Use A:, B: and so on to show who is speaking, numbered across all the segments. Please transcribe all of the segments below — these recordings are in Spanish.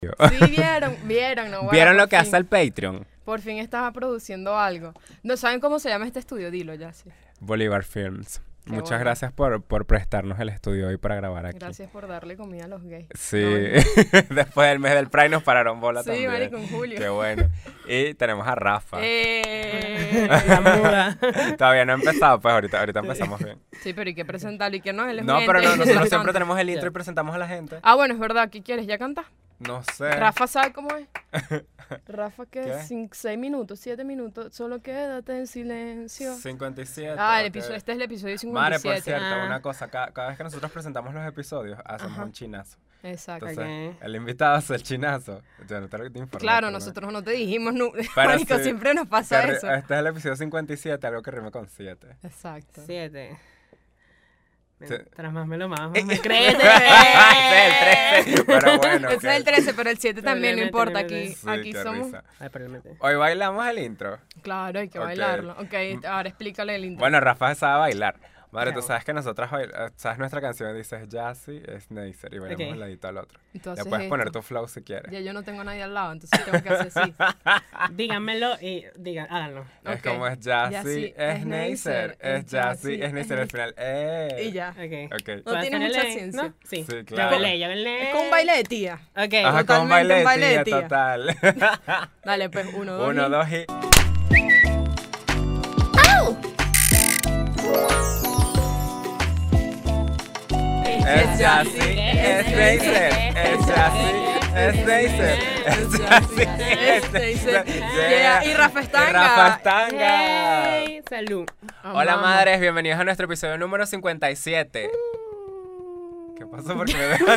A: Sí, vieron, vieron, no, bueno, pues
B: ¿Vieron lo
A: por
B: que
A: fin.
B: hace el Patreon?
A: Por fin estaba produciendo algo. No saben cómo se llama este estudio, dilo ya, sí.
B: Bolívar Films.
A: Qué
B: Muchas
A: bueno.
B: gracias por, por prestarnos el estudio hoy para grabar aquí.
A: Gracias por darle comida a los gays.
B: Sí,
A: No, no.
B: después del mes del Pride nos pararon bola
A: Sí,
B: también.
A: marico, en julio.
B: Qué bueno. Y tenemos a Rafa.
A: Eh,
C: La muda.
B: Todavía no ha empezado, pues ahorita, ahorita empezamos bien.
A: sí, pero hay que presentarlo y que no, él es
B: No,
A: mi
B: pero
A: ente,
B: no,
A: yo
B: nosotros
A: soy
B: siempre
A: tonta.
B: tenemos el intro y presentamos a la gente.
A: Ah, bueno, es verdad, ¿qué quieres? ¿Ya cantas?
B: No sé.
A: Rafa sabe cómo es. Rafa que
B: Eh. ¿Qué?
A: cin- seis minutos, siete minutos, solo quédate en silencio.
B: 57.
A: ah, el
B: ok.
A: episodio, este es el episodio
B: Mare, por
A: 57.
B: cierto,
C: Ah.
B: una cosa, ca- cada, vez que nosotros presentamos los episodios, hacemos
A: Ajá.
B: un chinazo.
A: Exacto.
B: Entonces,
C: Ok.
B: el invitado hace el chinazo. Yo no te lo te informé,
A: Claro,
B: pero-
A: nosotros no te dijimos nunca.
B: Pero
A: Marico,
B: sí,
A: siempre nos
B: que
A: pasa
B: ri-
A: eso.
B: Este es el episodio 57, algo que rime con 7.
A: Exacto.
C: Siete.
B: Sí. Eh,
C: Mientras más me lo más, más me
A: Ese
C: crece.
B: es el 13, pero bueno.
A: Ese es el 13, pero el 7 también, no
C: Probablemente,
A: importa. Aquí,
B: Sí,
A: aquí
B: qué
A: somos.
B: risa.
C: Ay, pero me-
B: Hoy bailamos el intro.
A: Claro, hay que
B: Ok. Mm.
A: bailarlo. Ok, ahora explícale el intro.
B: Bueno, Rafa sabe bailar. Madre, tú
C: Bravo.
B: sabes que nosotras bail- eh, sabes nuestra canción, dices Jazzy, Snacer, y bailamos
C: Ok.
B: un ladito al otro.
A: Entonces,
B: Le puedes poner
A: esto.
B: tu flow si quieres.
A: Ya yo no tengo a nadie al lado, entonces tengo que hacer así.
C: Díganmelo y digan, háganlo.
B: Es
A: ok.
B: como es
A: Jazzy,
B: Jazzy, Snacer,
A: Snacer,
B: es Jazzy,
A: Jazzy,
B: Snacer, al final, ¡eh!
A: Y ya.
C: Ok.
B: Ok.
A: No
C: ¿Puedo
A: tiene
C: hacer el
A: mucha
C: E?
A: ciencia.
C: ¿No? Sí.
B: Sí, claro.
C: Yo bailé, yo bailé.
A: Es como un baile de tía.
C: Ok.
B: Ajá, con
A: Eh, Totalmente
B: baile,
A: un baile de
B: de tía,
A: tía.
B: total.
A: Dale, pues, uno, dos.
B: Uno,
A: y-
B: dos y... Es Jazzy, es Snacer, es Jazzy, es Snacer, es Jazzy, es Snacer.
A: Yeah, y Rafa Estanga.
B: Y Rafa Estanga.
C: Yay, Salud.
B: Hola
A: Amamos.
B: madres, bienvenidos a nuestro episodio número 57.
A: Uh.
B: ¿Qué pasó? Porque me ves así.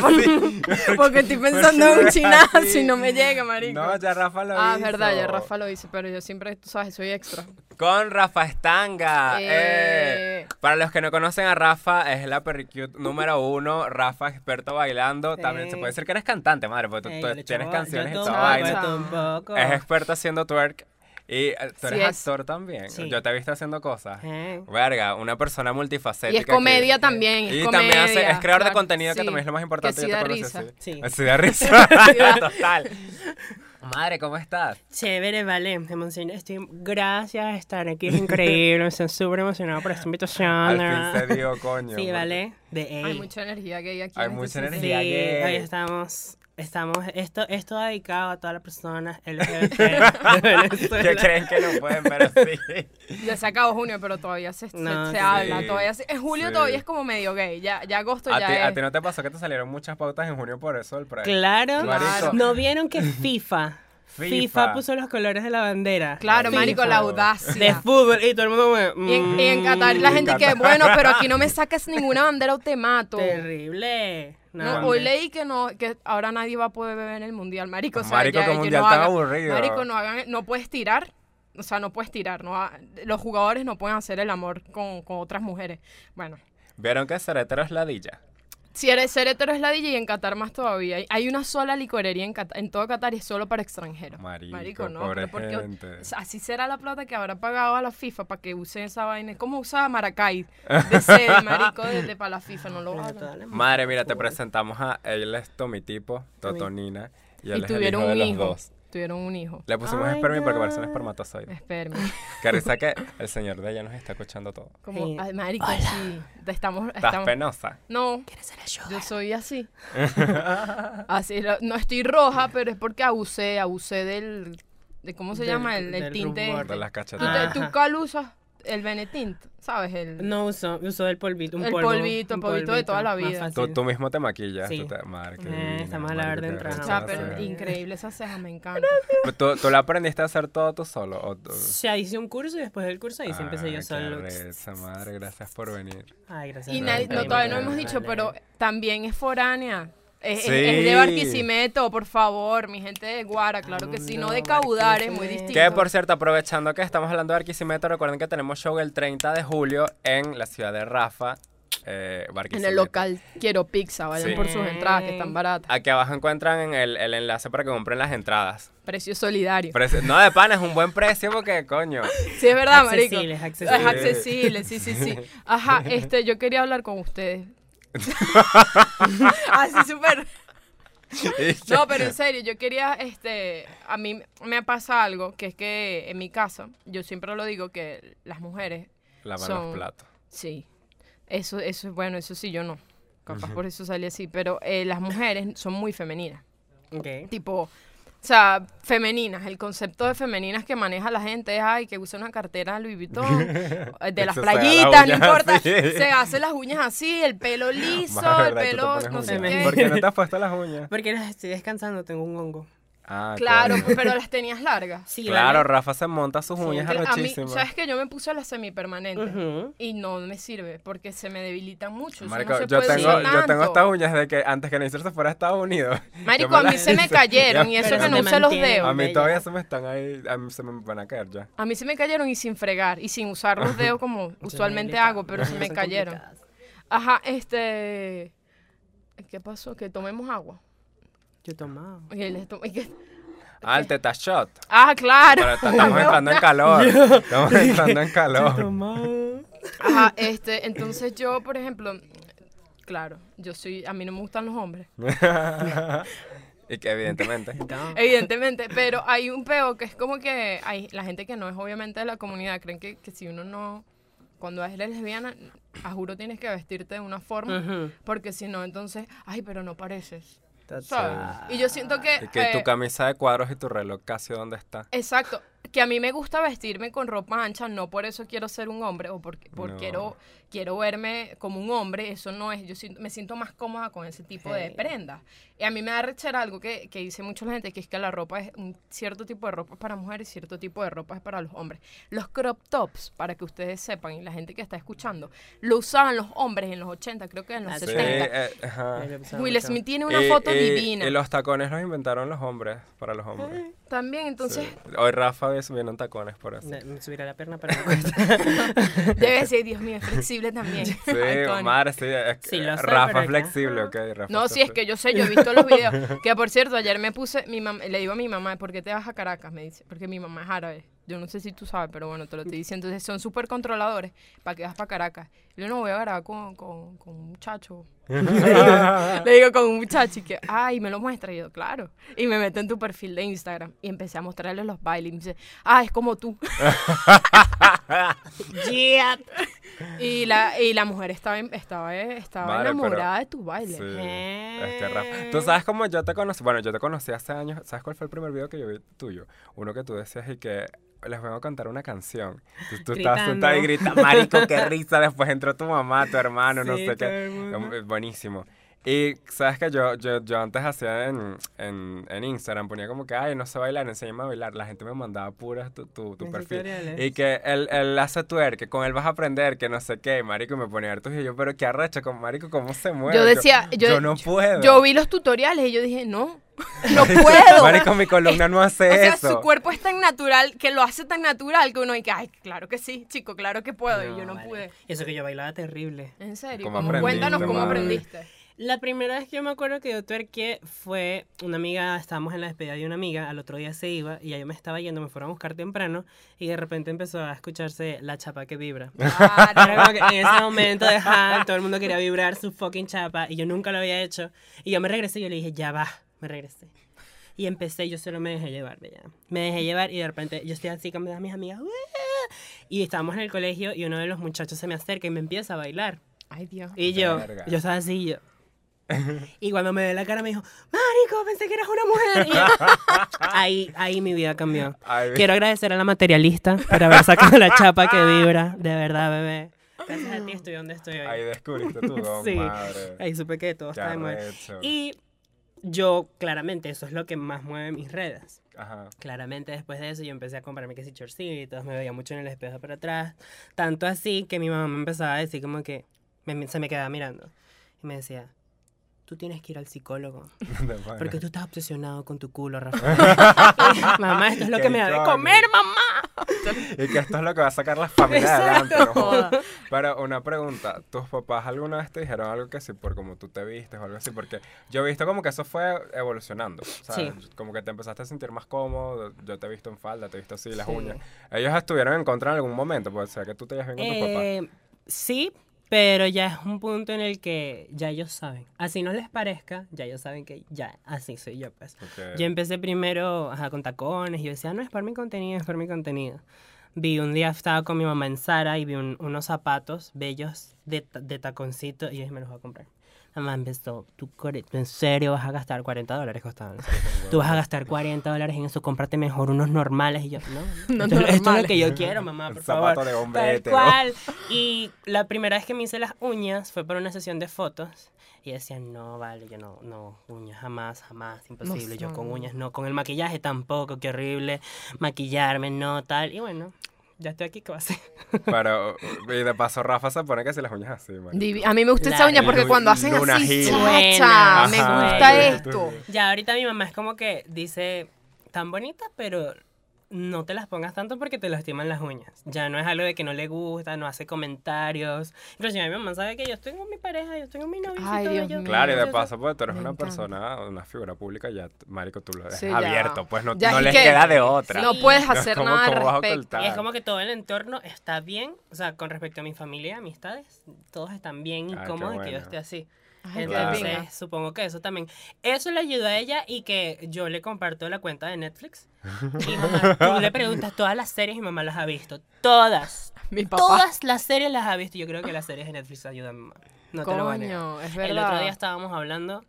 A: Porque estoy
B: ¿Por qué
A: pensando
B: me
A: en un
B: ves
A: chinazo
B: así?
A: y no me llega, marico.
B: No, ya Rafa lo hizo.
A: Ah, es verdad, ya Rafa lo hizo, pero yo siempre, tú sabes, soy extra.
B: Con Rafa Estanga.
A: Eh.
B: Ah, eh. Para los que no conocen a Rafa, es la perricute número uno. Rafa, experto bailando. También se
C: Sí.
B: puede decir que eres cantante, madre, porque tú,
C: Ey,
B: tú
C: yo le
B: tienes
C: echo-
B: canciones y
C: yo
B: toda
C: tampoco,
B: vaina.
C: tampoco.
B: Es experto haciendo twerk. Y eh, tú
A: Sí
B: eres
A: es.
B: actor también.
C: Sí.
B: Yo te he visto haciendo cosas.
C: Eh.
B: Verga, una persona multifacética.
A: Y es comedia
B: que-
A: también, es
B: y también
A: comedia,
B: hace- es creador de
A: claro,
B: contenido, que
A: sí.
B: también es lo más importante.
A: Que
B: yo
A: sí
B: te
A: da
B: conocí
A: risa.
B: así.
C: Sí.
B: Sí da risa. Total. Madre, ¿cómo estás?
C: Chévere, vale, emocionada. Estoy, gracias por estar aquí, es increíble. Estoy súper emocionada por esta invitación.
B: Al
C: de
B: fin se
C: verdad.
B: dio, coño.
C: Sí,
B: porque-
C: vale. De
A: Hay
C: ey.
A: mucha energía gay aquí.
B: Hay
A: en este
B: mucha
A: sitio.
C: Sí,
B: energía gay.
C: hoy estamos, estamos, esto, esto va dedicado a todas las personas LGBT de Venezuela.
B: que creen que no pueden, pero sí.
A: Ya se acabó junio, pero todavía se, se-
C: No,
A: se
C: sí.
A: habla. Todavía se- en julio
B: Sí.
A: todavía es como medio gay. Ya, ya agosto
B: ¿A
A: ya
B: ti,
A: es.
B: a ti no te pasó que te salieron muchas pautas en junio por eso el Pride?
C: Claro,
B: Marico.
C: no vieron que FIFA, FIFA,
B: FIFA
C: puso los colores de la bandera.
A: Claro,
B: Sí,
A: marico,
B: por
A: la
B: favor.
C: De
A: audacia.
C: fútbol y todo el mundo.
A: Y en, y en Qatar la
B: Mm,
A: gente que,
B: Qatar.
A: bueno, pero aquí no me sacas ninguna bandera o te mato.
C: Terrible.
A: No, hoy
C: hombre.
A: leí que no, que ahora nadie va a poder beber en el mundial, marico. O sea,
B: Marico,
A: ya-
B: que
A: ya
B: mundial
A: no
B: tan
A: hagan-
B: aburrido.
A: Marico, no hagan, no puedes tirar, o sea, no puedes tirar, no ha- los jugadores no pueden hacer el amor con, con otras mujeres. Bueno,
B: ¿Vieron que ser hetero es ladilla?
A: si eres ser hetero es ladilla y en Qatar más todavía. Hay- Hay una sola licorería en, Qatar- en todo Qatar y es solo para extranjeros.
B: Marico,
A: no,
B: pobre
A: pero porque
B: gente.
A: o sea, así será la plata que habrá pagado a la FIFA para que usen esa vaina. Es como usaba Maracay de sede, marico, de, de para la FIFA, no lo
C: Pero
A: hagan.
C: todas las
B: Madre, mira, te
C: fútbol.
B: presentamos a él es Tommy Tipo, Totonina, y
A: Y
B: él es el
A: tuvieron
B: hijo de
A: un
B: los
A: hijo.
B: dos.
A: Tuvieron un hijo.
B: Le pusimos
C: Ay,
B: espermio porque parece un
C: no. Eh.
B: espermatozoide.
A: Esperme.
B: Que risa que el señor de ella nos está escuchando todo.
A: Como,
C: Sí.
A: ay, marico, sí. te Estamos,
B: Estás
A: estamos.
B: penosa.
A: No,
C: ¿Quieres ser la yo?
A: yo soy así. así, lo- no estoy roja, pero es porque abusé, abusé del, de ¿cómo se
C: Del-
A: llama? El, el
C: del
A: tinte. este.
C: rubor.
B: De las
A: ¿Tú,
B: cachetadas.
A: te- tú
C: Ajá.
A: cuál usas? El Benetint, ¿sabes? El,
C: No uso, uso el polvito, un
A: El
C: polvo,
A: polvito,
C: un
A: polvito de toda la
C: más
A: vida.
C: fácil.
B: Tú, tú mismo te maquillas.
C: Sí.
B: Tú te... Madre, qué
C: Eh,
B: divina,
C: estamos a la
B: marico,
C: hora de
B: qué
C: entrar,
A: o
C: no,
A: sea,
B: rechazas.
A: pero
C: sí.
A: increíble esas cejas, me encanta.
B: Pero ¿Tú, tú la aprendiste a hacer todo tú solo? o tú-
C: Ya hice un curso y después del curso ahí sí
B: Ah,
C: empecé yo
B: qué
C: solo.
B: arrecha, madre, gracias por venir.
C: Ay, gracias.
A: Y
B: Sí,
A: nadie-
B: sí,
A: no,
B: sí,
A: todavía
B: sí,
A: no hemos
B: sí.
A: dicho, pero también es foránea. Es, es-
B: Sí.
A: es de Barquisimeto, por favor, mi gente de Guara, claro que sí, no de Caudares, muy
C: Barquisimeto.
A: distinto.
B: Que por cierto, aprovechando que estamos hablando de Barquisimeto, recuerden que tenemos show el 30 de julio en la ciudad de Rafa, eh,
A: En
B: Barquisimeto.
A: el local Quiero Pizza, vayan
B: Sí.
A: por sus entradas que están baratas.
B: Aquí abajo encuentran el, el enlace para que compren las entradas.
A: Precio solidario.
B: Precio- no de pan, es un buen precio porque, coño.
A: Sí, es verdad, marico.
C: Accesible, es
A: Es
C: accesible.
A: accesible, sí, sí, sí. Ajá, este, yo quería hablar con ustedes. Así súper. No, pero en serio, yo quería, este, a mí me pasa algo, que es que en mi casa, yo siempre lo digo, que las mujeres,
B: Lavar
A: Son-
B: los platos.
A: sí, eso, eso es bueno, eso sí, yo no. Capaz por eso salí así, pero eh, las mujeres son muy femeninas.
C: Ok.
A: tipo, o sea, femeninas, el concepto de femeninas que maneja la gente es, ay, que usa una cartera Louis Vuitton, eh, de las
B: se haga las
A: playitas, no
B: uñas
A: importa,
B: así.
A: se hace las uñas así, el pelo liso, el pelo, no sé
C: uñas.
A: qué.
B: ¿Por qué no te has puesto las uñas?
C: Porque las estoy descansando, tengo un hongo.
B: Ah,
A: Claro, pues,
B: coño.
A: pero las tenías largas.
C: Sí,
B: Claro, Rafa se monta sus uñas
A: Que A mí,
B: arrochísimas.
A: sabes que yo me puse las semipermanentes
C: Ujú.
A: y no me sirve porque se me debilitan mucho. eso
B: Marico,
A: no se
B: yo,
A: puede
B: tengo,
A: usar
B: yo tengo
A: tanto.
B: estas uñas de que antes que Nacer se fuera a Estados Unidos. yo
A: Marico,
B: me
A: a mí
B: las
A: se me
B: hice.
A: cayeron y
B: Yo-
A: eso
C: Pero
A: que
C: se
A: no usé los
C: mantienen.
A: dedos.
B: A mí
C: Bella.
B: todavía se me están ahí, a mí se me van a caer ya.
A: A mí se me cayeron y sin fregar y sin usar los dedos como usualmente
C: delicado,
A: hago, pero se me
C: son
A: cayeron.
C: complicadas.
A: Ajá, este. ¿Qué pasó? Que tomemos agua.
C: Yo tomaba.
A: Y les to- y que-
B: Ah, el teta shot.
A: Ah, claro.
B: Pero t- estamos entrando en calor. Estamos entrando en calor.
C: Tomaba.
A: Ajá, este, entonces yo, por ejemplo, claro, yo soy, a mí no me gustan los hombres,
B: y que evidentemente.
A: evidentemente, pero hay un peo que es como que hay la gente que no es obviamente de la comunidad, creen que, que si uno no, cuando eres lesbiana, a juro tienes que vestirte de una forma,
C: Ujú.
A: porque si no, entonces, ay, pero no pareces, ¿sabes?
C: Total.
A: Y yo siento que...
B: Y que
A: eh,
B: tu camisa de cuadros y tu reloj casi dónde está.
A: Exacto. Que a mí me gusta vestirme con ropa ancha, no por eso quiero ser un hombre o porque, por
B: No.
A: quiero, quiero verme como un hombre. Eso no es. Yo siento- me siento más cómoda con ese tipo de
C: Sí.
A: prendas. Y a mí me da rechera algo que, que dice mucho la gente, que es que la ropa es un cierto tipo de ropa es para mujeres y cierto tipo de ropa es para los hombres. Los crop tops, para que ustedes sepan y la gente que está escuchando, lo usaban los hombres en los 80, creo que en los
C: Así
B: Sí,
A: 70.
B: eh, ajá.
A: Will Smith tiene una
B: Y-
A: foto
B: y-
A: divina.
B: Y los tacones los inventaron los hombres, para los hombres.
A: También, entonces,
B: Sí. Hoy Rafa ve- viene en tacones por eso.
C: Me me subirá la pierna, pero no cuesta.
A: debe ser, Dios mío, es flexible también.
B: Sí,
A: Iconic.
B: Omar, sí. es que
C: Sí, lo sé,
B: Rafa
C: pero
B: es
C: ya.
B: flexible, ok. Rafa
A: No,
B: se
A: sí, es
B: fue.
A: que yo sé, yo he visto los videos. Que por cierto, ayer me puse, mi mam- le digo a mi mamá, ¿por qué te vas a Caracas? Me dice, porque mi mamá es árabe. Yo no sé si tú sabes, pero bueno, te lo estoy diciendo. Entonces son súper controladores para que vas para Caracas. Yo no voy a grabar con, con, con un muchacho. Le digo con un muchacho y que, ay, me lo muestra. Y yo, claro. Y me meto en tu perfil de Instagram y empecé a mostrarle los bailes. Y me dice, ah, es como tú.
C: Yeah.
A: Y la, y la mujer estaba, en- estaba, eh, estaba
B: Madre, pero-
A: enamorada de tu baile.
B: Sí, es que Rafa. Tú sabes cómo yo te conocí. Bueno, yo te conocí hace años. ¿Sabes cuál fue el primer video que yo vi tuyo? Uno que tú decías y que les vengo a cantar una canción. Tú, tú estabas
C: Gritando.
B: sentada y gritas, marico, qué risa. Después entró tu mamá, tu hermano, Ah, no
C: Sí,
B: sé
C: todo
B: qué.
C: el mundo.
B: Eh, Buenísimo. Y sabes que yo, yo, yo antes hacía en, en, en Instagram, ponía como que, ay, no sé bailar, enséñame a bailar. La gente me mandaba puras tu, tu, tu
C: Mis
B: perfil.
C: tutoriales.
B: Y que él, él hace twerk, que con él vas a aprender, que no sé qué, marico, y me ponía hartos y yo, pero qué arrecho con marico, cómo se mueve.
A: Yo decía, yo,
B: no puedo.
A: Yo vi los tutoriales y yo dije, no, no puedo.
B: Marico, mi columna no hace
A: o sea,
B: eso.
A: su cuerpo es tan natural, que lo hace tan natural que uno dice, ay, claro que sí, chico, claro que puedo. y yo no
C: vale.
A: pude.
C: Y Eso que yo bailaba terrible.
A: En serio,
B: ¿Cómo
A: ¿cómo?
B: aprendiste,
A: cuéntanos cómo
B: madre?
A: aprendiste.
C: La primera vez que yo me acuerdo que yo tuerqué fue una amiga, estábamos en la despedida de una amiga, al otro día se iba y ya yo me estaba yendo, me fueron a buscar temprano y de repente empezó a escucharse la chapa que vibra. Era
A: Claro.
C: como que en ese momento de hype, todo el mundo quería vibrar su fucking chapa y yo nunca lo había hecho. Y yo me regresé y yo le dije, ya va, me regresé. Y empecé, yo solo me dejé llevar, ya. Me dejé llevar y de repente yo estoy así con mis amigas, "Ué". y estábamos en el colegio y uno de los muchachos se me acerca y me empieza a bailar.
A: Ay, Dios.
C: Y yo,
B: Verga.
C: yo estaba así, y yo. Y cuando me ve la cara me dijo, Marico, pensé que eras una mujer. Y yo- ahí, ahí mi vida cambió.
B: Ay,
C: Quiero agradecer a la materialista por haber sacado la chapa que vibra. De verdad, bebé. Gracias a ti estoy donde estoy
B: ahí
C: hoy.
B: descubriste tu don,
C: Sí.
B: madre.
C: Ahí supe que todo
B: Qué
C: estaba de moda.
B: arrecho.
C: Y yo, claramente, eso es lo que más mueve mis redes.
B: Ajá.
C: Claramente después de eso yo empecé a comprarme que si chorcitos, me veía mucho en el espejo para atrás, tanto así que mi mamá me empezaba a decir como que me- se me quedaba mirando y me decía, tú tienes que ir al psicólogo
B: De pana.
C: porque tú estás obsesionado con tu culo, Rafael. mamá, esto es lo
B: Qué
C: que me da de
B: icónico.
C: comer, mamá.
B: Y que esto es lo que va a sacar la familia adelante. no jodas. Pero una pregunta, ¿tus papás alguna vez te dijeron algo que sí por como tú te vistes o algo así? Porque yo he visto como que eso fue evolucionando, ¿sabes? Como que te empezaste a sentir más cómodo, yo te he visto en falda, te he visto así, las
C: Sí.
B: uñas. ¿Ellos estuvieron en contra en algún momento? Pues, o sea, que tú te llevas bien con tus papás.
C: Eh, sí, Pero ya es un punto en el que ya ellos saben. Así no les parezca, ya ellos saben que ya así soy yo, pues.
B: Ok.
C: Yo empecé primero ajá, con tacones y yo decía, no, es para mi contenido, es para mi contenido. Vi un día, estaba con mi mamá en Sara y vi un- unos zapatos bellos de, ta- de taconcito y yo dije, me los voy a comprar. Mamá empezó, ¿tú, core- tú en serio vas a gastar 40 dólares costaban. Tú vas a gastar 40 dólares en eso, cómprate mejor unos normales. Y yo, no,
A: No
C: esto, esto es lo
A: normales.
C: que yo quiero, mamá,
B: El
C: por
B: zapato
C: favor.
B: de hombre
C: Tal
B: hétero.
C: cual. Y la primera vez que me hice las uñas fue por una sesión de fotos. Y decían, no, vale, yo no, no, uñas jamás, jamás, imposible. yo con
A: son.
C: uñas no, con el maquillaje tampoco, qué horrible. Maquillarme, no, tal. Y bueno, ya estoy aquí, ¿qué va a hacer?
B: Pero, y de paso, Rafa se pone que si las uñas así, marico.
A: Divi- a mí me gusta esa
C: Claro.
A: uña porque
B: Lu-
A: cuando hacen
B: Luna
A: así,
B: Hill.
A: chacha,
C: Buena.
A: me
B: Ajá,
A: gusta
B: yo-
A: esto.
C: Ya ahorita mi mamá es como que dice, tan bonita, pero no te las pongas tanto porque te lastiman las uñas. Ya no es algo de que no le gusta, no hace comentarios. Inclusive mi mamá sabe que yo estoy con mi pareja, yo estoy con mi novio.
A: Ay, Dios mío.
B: Claro, y de
A: Yo-
B: paso, porque tú eres
A: me
B: una
A: encanta.
B: persona, una figura pública, ya, marico, tú lo dejas
A: Sí, ya.
B: abierto, pues no,
A: Ya,
B: no
A: y
B: les
A: que
B: queda de otra.
A: No puedes
B: No es
A: hacer
B: como-
A: nada al
B: como bajo
A: respecto.
B: coltado.
C: Y es como que todo el entorno está bien, o sea, con respecto a mi familia, amistades, todos están bien y
B: Ah, qué
C: cómodos de que yo
B: bueno.
C: esté así.
A: Ay, qué
C: Entonces,
A: pinga.
C: supongo que eso también. Eso le ayudó a ella y que yo le comparto la cuenta de Netflix. Y mamá, tú le preguntas todas las series y mamá las ha visto. Todas.
A: Mi papá.
C: Todas las series las ha visto. Yo creo que las series de Netflix ayudan a mi mamá. No te lo voy a negar.
A: Coño, es
C: El otro día
A: verdad.
C: estábamos hablando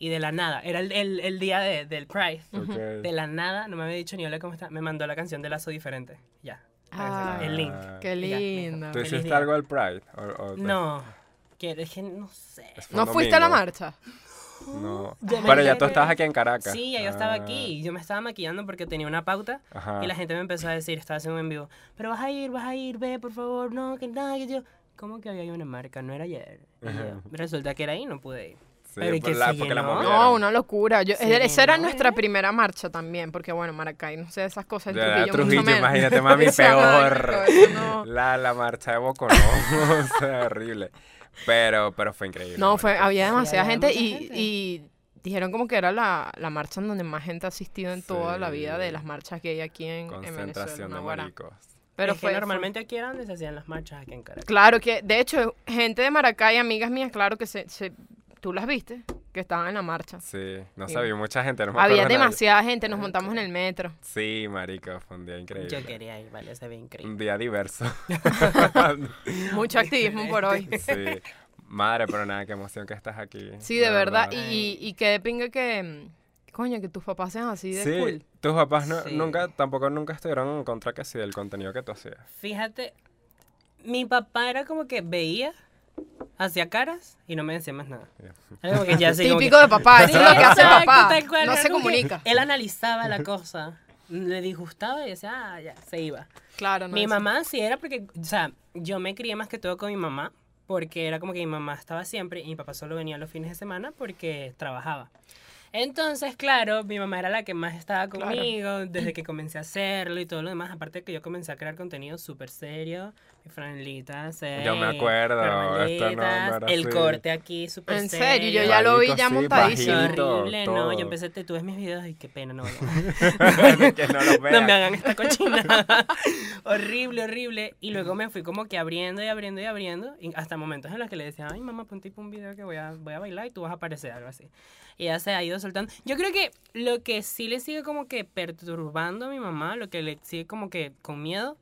C: y de la nada. Era el, el- el día de- del Pride.
A: Mm.
B: Ok.
C: De la nada, no me había dicho ni hola cómo está. Me mandó la canción de Lazo Diferente. Ya. La canción,
A: Ay,
C: el link.
A: Qué
C: Ya,
A: lindo.
B: ¿Tú
C: Feliz
B: hiciste
C: día.
B: algo al Pride? ¿O- o te-
C: No. Que, es que no sé.
B: fue
A: ¿No
B: un
A: fuiste a la
B: domingo?
A: marcha?
B: No.
C: Ya me
B: Pero ya tú
C: enteré.
B: estabas aquí en Caracas.
C: Sí, ya yo estaba
B: Ah,
C: aquí. y Yo me estaba maquillando porque tenía una pauta.
B: Ajá.
C: Y la gente me empezó a decir, estaba haciendo un en vivo, pero vas a ir, vas a ir, ve, por favor, no, que nada, que yo. ¿Cómo que había una marca? No era ayer. Y yo,
B: Ajá.
C: resulta que era ahí, no pude ir.
B: Sí,
C: pero y que
B: por la-
C: se
B: porque la
C: llenó.
B: movieron.
A: No, Oh, una locura. Yo,
C: Sí,
A: esa era
C: ¿no?
A: nuestra primera marcha también, porque bueno, Maracay, no sé, esas cosas. en
B: Ya, Trujillo,
A: mucho menos.
B: imagínate, mami,
A: Esa
B: peor.
A: vaina, eso no.
B: La, la marcha de Boconó, o sea, horrible. Pero, pero fue increíble.
A: No, fue,
B: marico.
A: había demasiada
C: había
A: gente
C: mucha
A: y,
C: gente.
A: y dijeron como que era la, la marcha en donde más gente ha asistido en toda la vida de
B: Sí.
A: las marchas que hay aquí en, en Venezuela.
B: Concentración de
A: naguará.
B: maricos.
A: Pero
C: Es que
A: fue
C: normalmente aquí era donde se hacían las marchas aquí en Caracas.
A: fue- claro que, de hecho, gente de Maracay, amigas mías, claro que se, se- tú las viste, que estaban en la marcha.
B: Sí, no
A: Sí.
B: sabía mucha gente. No me
A: había
B: acuerdo de nadie.
A: demasiada gente, nos montamos en el metro.
B: Sí, marico, fue un día increíble.
C: Yo quería ir, vale, se ve increíble.
B: Un día diverso.
A: Mucho activismo por hoy.
B: sí. Madre, pero nada, qué emoción que estás aquí.
A: Sí, de verdad. Y,
B: eh.
C: Ay.
A: y, y qué de pinga que, mm, coño, que tus papás sean así de
B: Sí,
A: cool.
B: tus papás no-
C: Sí.
B: nunca, tampoco nunca estuvieron en contra que sí del contenido que tú hacías.
C: Fíjate, mi papá era como que veía, hacía caras y no me decía más nada. Era como que ya así, como que-
A: Típico de papá, Ah, eso es lo que hace
C: Exacto,
A: papá.
C: tal cual,
A: No
C: era
A: se
C: como que
A: comunica.
C: Él analizaba la cosa, le disgustaba y decía, ah, ya, se iba.
A: Claro, no
C: Mi
A: es-
C: mamá sí era porque, o sea, yo me crié más que todo con mi mamá, porque era como que mi mamá estaba siempre y mi papá solo venía los fines de semana porque trabajaba. Entonces, claro, mi mamá era la que más estaba
A: Claro.
C: conmigo desde que comencé a hacerlo y todo lo demás. Aparte de que yo comencé a crear contenido súper serio, mi franelita,
B: Yo me acuerdo, esto no- no era
C: el
B: así.
C: corte aquí súper
A: En serio, yo
C: serio.
A: ya lo vi
B: Marico,
A: ya
B: sí,
A: montadísimo.
B: bajito,
C: horrible, no.
B: todo.
C: Yo empecé, te- tú ves mis videos y qué pena, no. no.
B: que no lo
C: No me
B: vean.
C: hagan esta cochinada. horrible, horrible. Y luego me fui como que abriendo y abriendo y abriendo. y hasta momentos en los que le decía, ay, mamá, pon tipo un video que voy a, voy a bailar y tú vas a aparecer, algo así. Y ella se ha ido soltando. Yo creo que lo que sí le sigue como que perturbando a mi mamá, lo que le sigue como que con miedo,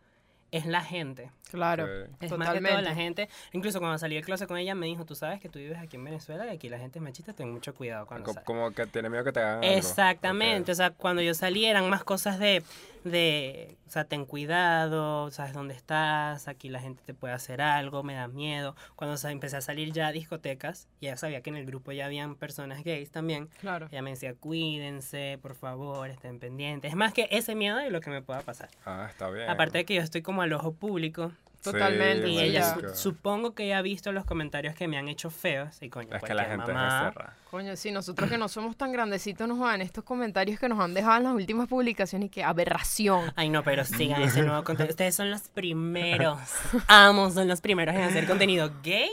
C: es la gente.
A: Claro.
B: Sí.
C: Es más que
A: Totalmente.
C: todo la gente. Incluso cuando salí del closet con ella, me dijo, tú sabes que tú vives aquí en Venezuela y aquí la gente es machista, ten mucho cuidado cuando
B: Co-
C: sales".
B: Como que tiene miedo que te hagan algo.
C: Exactamente,
B: Ok.
C: o sea, cuando yo salí eran más cosas de, de, o sea, ten cuidado, sabes dónde estás, aquí la gente te puede hacer algo, me da miedo. Cuando sa- empecé a salir ya a discotecas, ya sabía que en el grupo ya habían personas gays también,
A: Claro.
C: ella me decía, cuídense, por favor, estén pendientes. Es más que ese miedo de lo que me pueda pasar.
B: Ah, está bien.
C: Aparte de que yo estoy como al ojo público,
A: Totalmente,
C: y
A: Sí,
C: ella
A: marica.
C: su- supongo que ella ha visto los comentarios que me han hecho feos, y coño,
B: Es que la
C: cualquier
B: gente
C: mamá-
B: es cerrada.
A: Coño, sí, nosotros que no somos tan grandecitos nos dan estos comentarios que nos han dejado en las últimas publicaciones y que aberración.
C: Ay, no, pero sigan ese nuevo contenido. Ustedes son los primeros. Amo, son los primeros en hacer contenido gay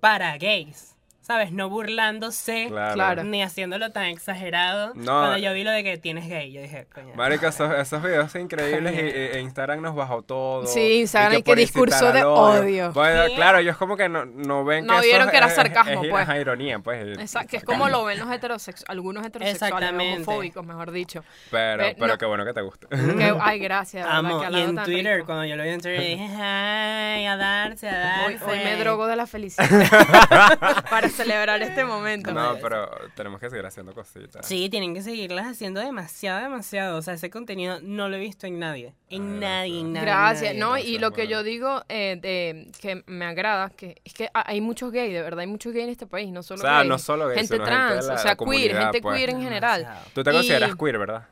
C: para gays. O ¿sabes? No burlándose,
B: Claro.
A: Claro.
C: ni haciéndolo tan exagerado.
B: No.
C: Cuando yo vi lo de que tienes gay, yo dije, coño.
B: Marica, esos, esos videos son increíbles y, y- e Instagram nos bajó todo.
A: Sí, Instagram, y que
B: por
A: discurso
B: incitar
A: de
B: al
A: odio.
B: Bueno,
C: Sí.
B: claro, ellos como que no, no ven
A: No
B: que
A: vieron
B: eso
A: que era
B: es- es-
A: sarcasmo,
B: es-
A: pues.
B: ajá, ironía, pues.
A: Exacto, que es como lo ven los heterosexuales, algunos heterosexuales,
C: Exactamente.
A: homofóbicos, mejor dicho.
B: Pero,
A: Pe-
B: pero
A: no.
B: qué bueno que te guste.
A: Que- ay, gracias. de verdad,
C: Amo.
A: que
C: Y
A: hablando
C: en
A: tan
C: Twitter,
A: rico.
C: cuando yo lo vi en Twitter, dije, ay, a darse, a
A: Hoy,
C: darse.
A: hoy me drogo de la felicidad para celebrar este momento.
B: No, pero tenemos que seguir haciendo cositas.
C: Sí, tienen que seguirlas haciendo demasiado, demasiado. O sea, ese contenido no lo he visto en nadie. En
B: Ah,
C: nadie, en nadie.
A: Gracias,
C: en nadie.
A: ¿no?
B: gracias,
A: Y lo que
B: bueno.
A: yo digo eh, de- que me agrada que es que ha- hay muchos gays, de verdad, hay muchos gays en este país, no solo
B: O sea,
A: gays,
B: no solo gays,
A: gente
B: sino gente de
A: trans,
B: la-
A: o
B: la
A: sea, queer,
B: comunidad,
A: gente
B: pues.
A: queer en general.
C: Demasiado.
B: Tú te
A: Y-
B: consideras queer, ¿verdad?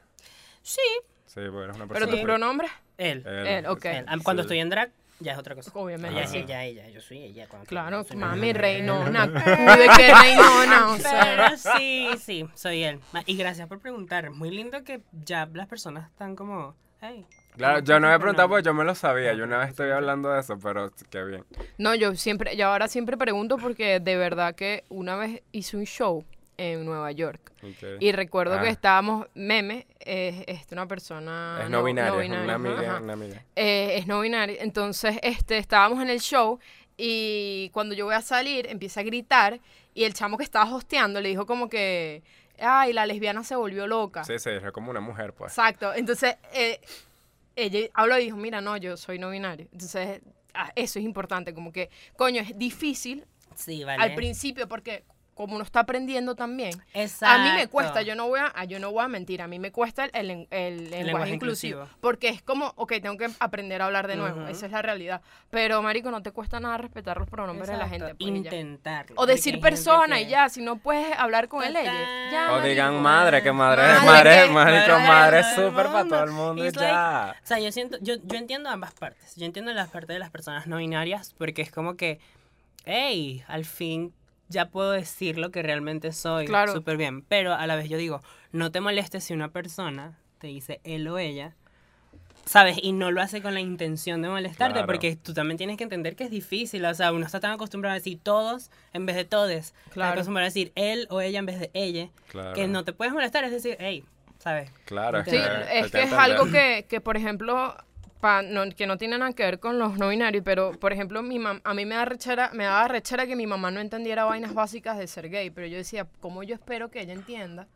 C: Sí.
B: Sí, porque eres una
A: Pero
B: persona
A: tu pronombre,
C: Él.
B: queer.
A: Eh, ok.
C: Él. Ah, Cuando
B: Sí.
C: estoy en drag, ya es otra cosa.
A: obviamente.
C: Ella
B: Ajá.
C: es ella, ella. Yo soy ella. cuando estoy en
A: Claro,
C: drag, soy
A: mami,
C: mujer.
A: reinona, cuide que reinona, o sea.
C: Pero sí, sí, soy él. Ma- Y gracias por preguntar. Muy lindo que ya las personas están como. Hey,
B: Claro, yo no me he preguntado
C: por
B: porque yo me lo sabía. Yo una vez estoy hablando de eso, pero qué bien.
A: No, yo siempre, yo ahora siempre pregunto porque de verdad que una vez hice un show en Nueva York.
B: Ok.
A: Y recuerdo que
B: Ah.
A: estábamos, meme, es, es una persona...
B: Es no binario, es una
A: binaria, ajá,
B: amiga,
A: ajá.
B: una amiga.
A: Eh, es no binario. Entonces, este, estábamos en el show y cuando yo voy a salir, empieza a gritar y el chamo que estaba hosteando le dijo como que, ay, la lesbiana se volvió loca.
B: Sí, sí, es como una mujer, pues.
A: Exacto. Entonces, eh, ella habló y dijo, mira, no, yo soy no binario. Entonces, ah, eso es importante, como que, coño, es difícil
C: Sí, vale.
A: al principio porque como uno está aprendiendo también.
C: Exacto.
A: A mí me cuesta, yo no voy a, ah, yo no voy a mentir, a mí me cuesta el, el- el lenguaje, inclusivo,
C: inclusivo.
A: Porque es como, ok, tengo que aprender a hablar de nuevo,
C: Ujú.
A: esa es la realidad. Pero, Marico, no te cuesta nada respetar los pronombres de la
C: Exacto,
A: gente. pues, y ya.
C: Intentarlo.
A: O
C: porque
A: decir
C: hay gente
A: persona
C: que-
A: y ya, si no puedes hablar con él, ella.
C: Total.
A: Ya,
B: O
A: marico.
B: digan madre, que madre,
A: Madre,
B: madre, marico,
A: que- madre,
B: madre es
C: todo el
B: súper para todo el
C: mundo.
B: mundo y
C: It's like-
B: ya.
C: O sea, yo siento, yo, yo entiendo ambas partes. Yo entiendo las partes de las personas no binarias porque es como que, hey, al fin ya puedo decir lo que realmente soy.
A: Claro.
C: Súper bien. Pero a la vez yo digo, no te molestes si una persona te dice él o ella. ¿Sabes? Y no lo hace con la intención de molestarte,
B: Claro.
C: porque tú también tienes que entender que es difícil. O sea, uno está tan acostumbrado a decir todos en vez de todes.
A: Claro.
C: Claro. acostumbrado a decir él o ella en vez de ella.
B: Claro.
C: Que no te puedes molestar, es decir, hey, ¿sabes?
B: Claro, es
A: Sí,
B: que, hay
A: es que es
B: entender.
A: algo que, que, por ejemplo, pa- no- que no tiene nada que ver con los no binarios, pero, por ejemplo, mi mam- a mí me da rechera, me daba rechera que mi mamá no entendiera vainas básicas de ser gay, pero yo decía, ¿cómo yo espero que ella entienda?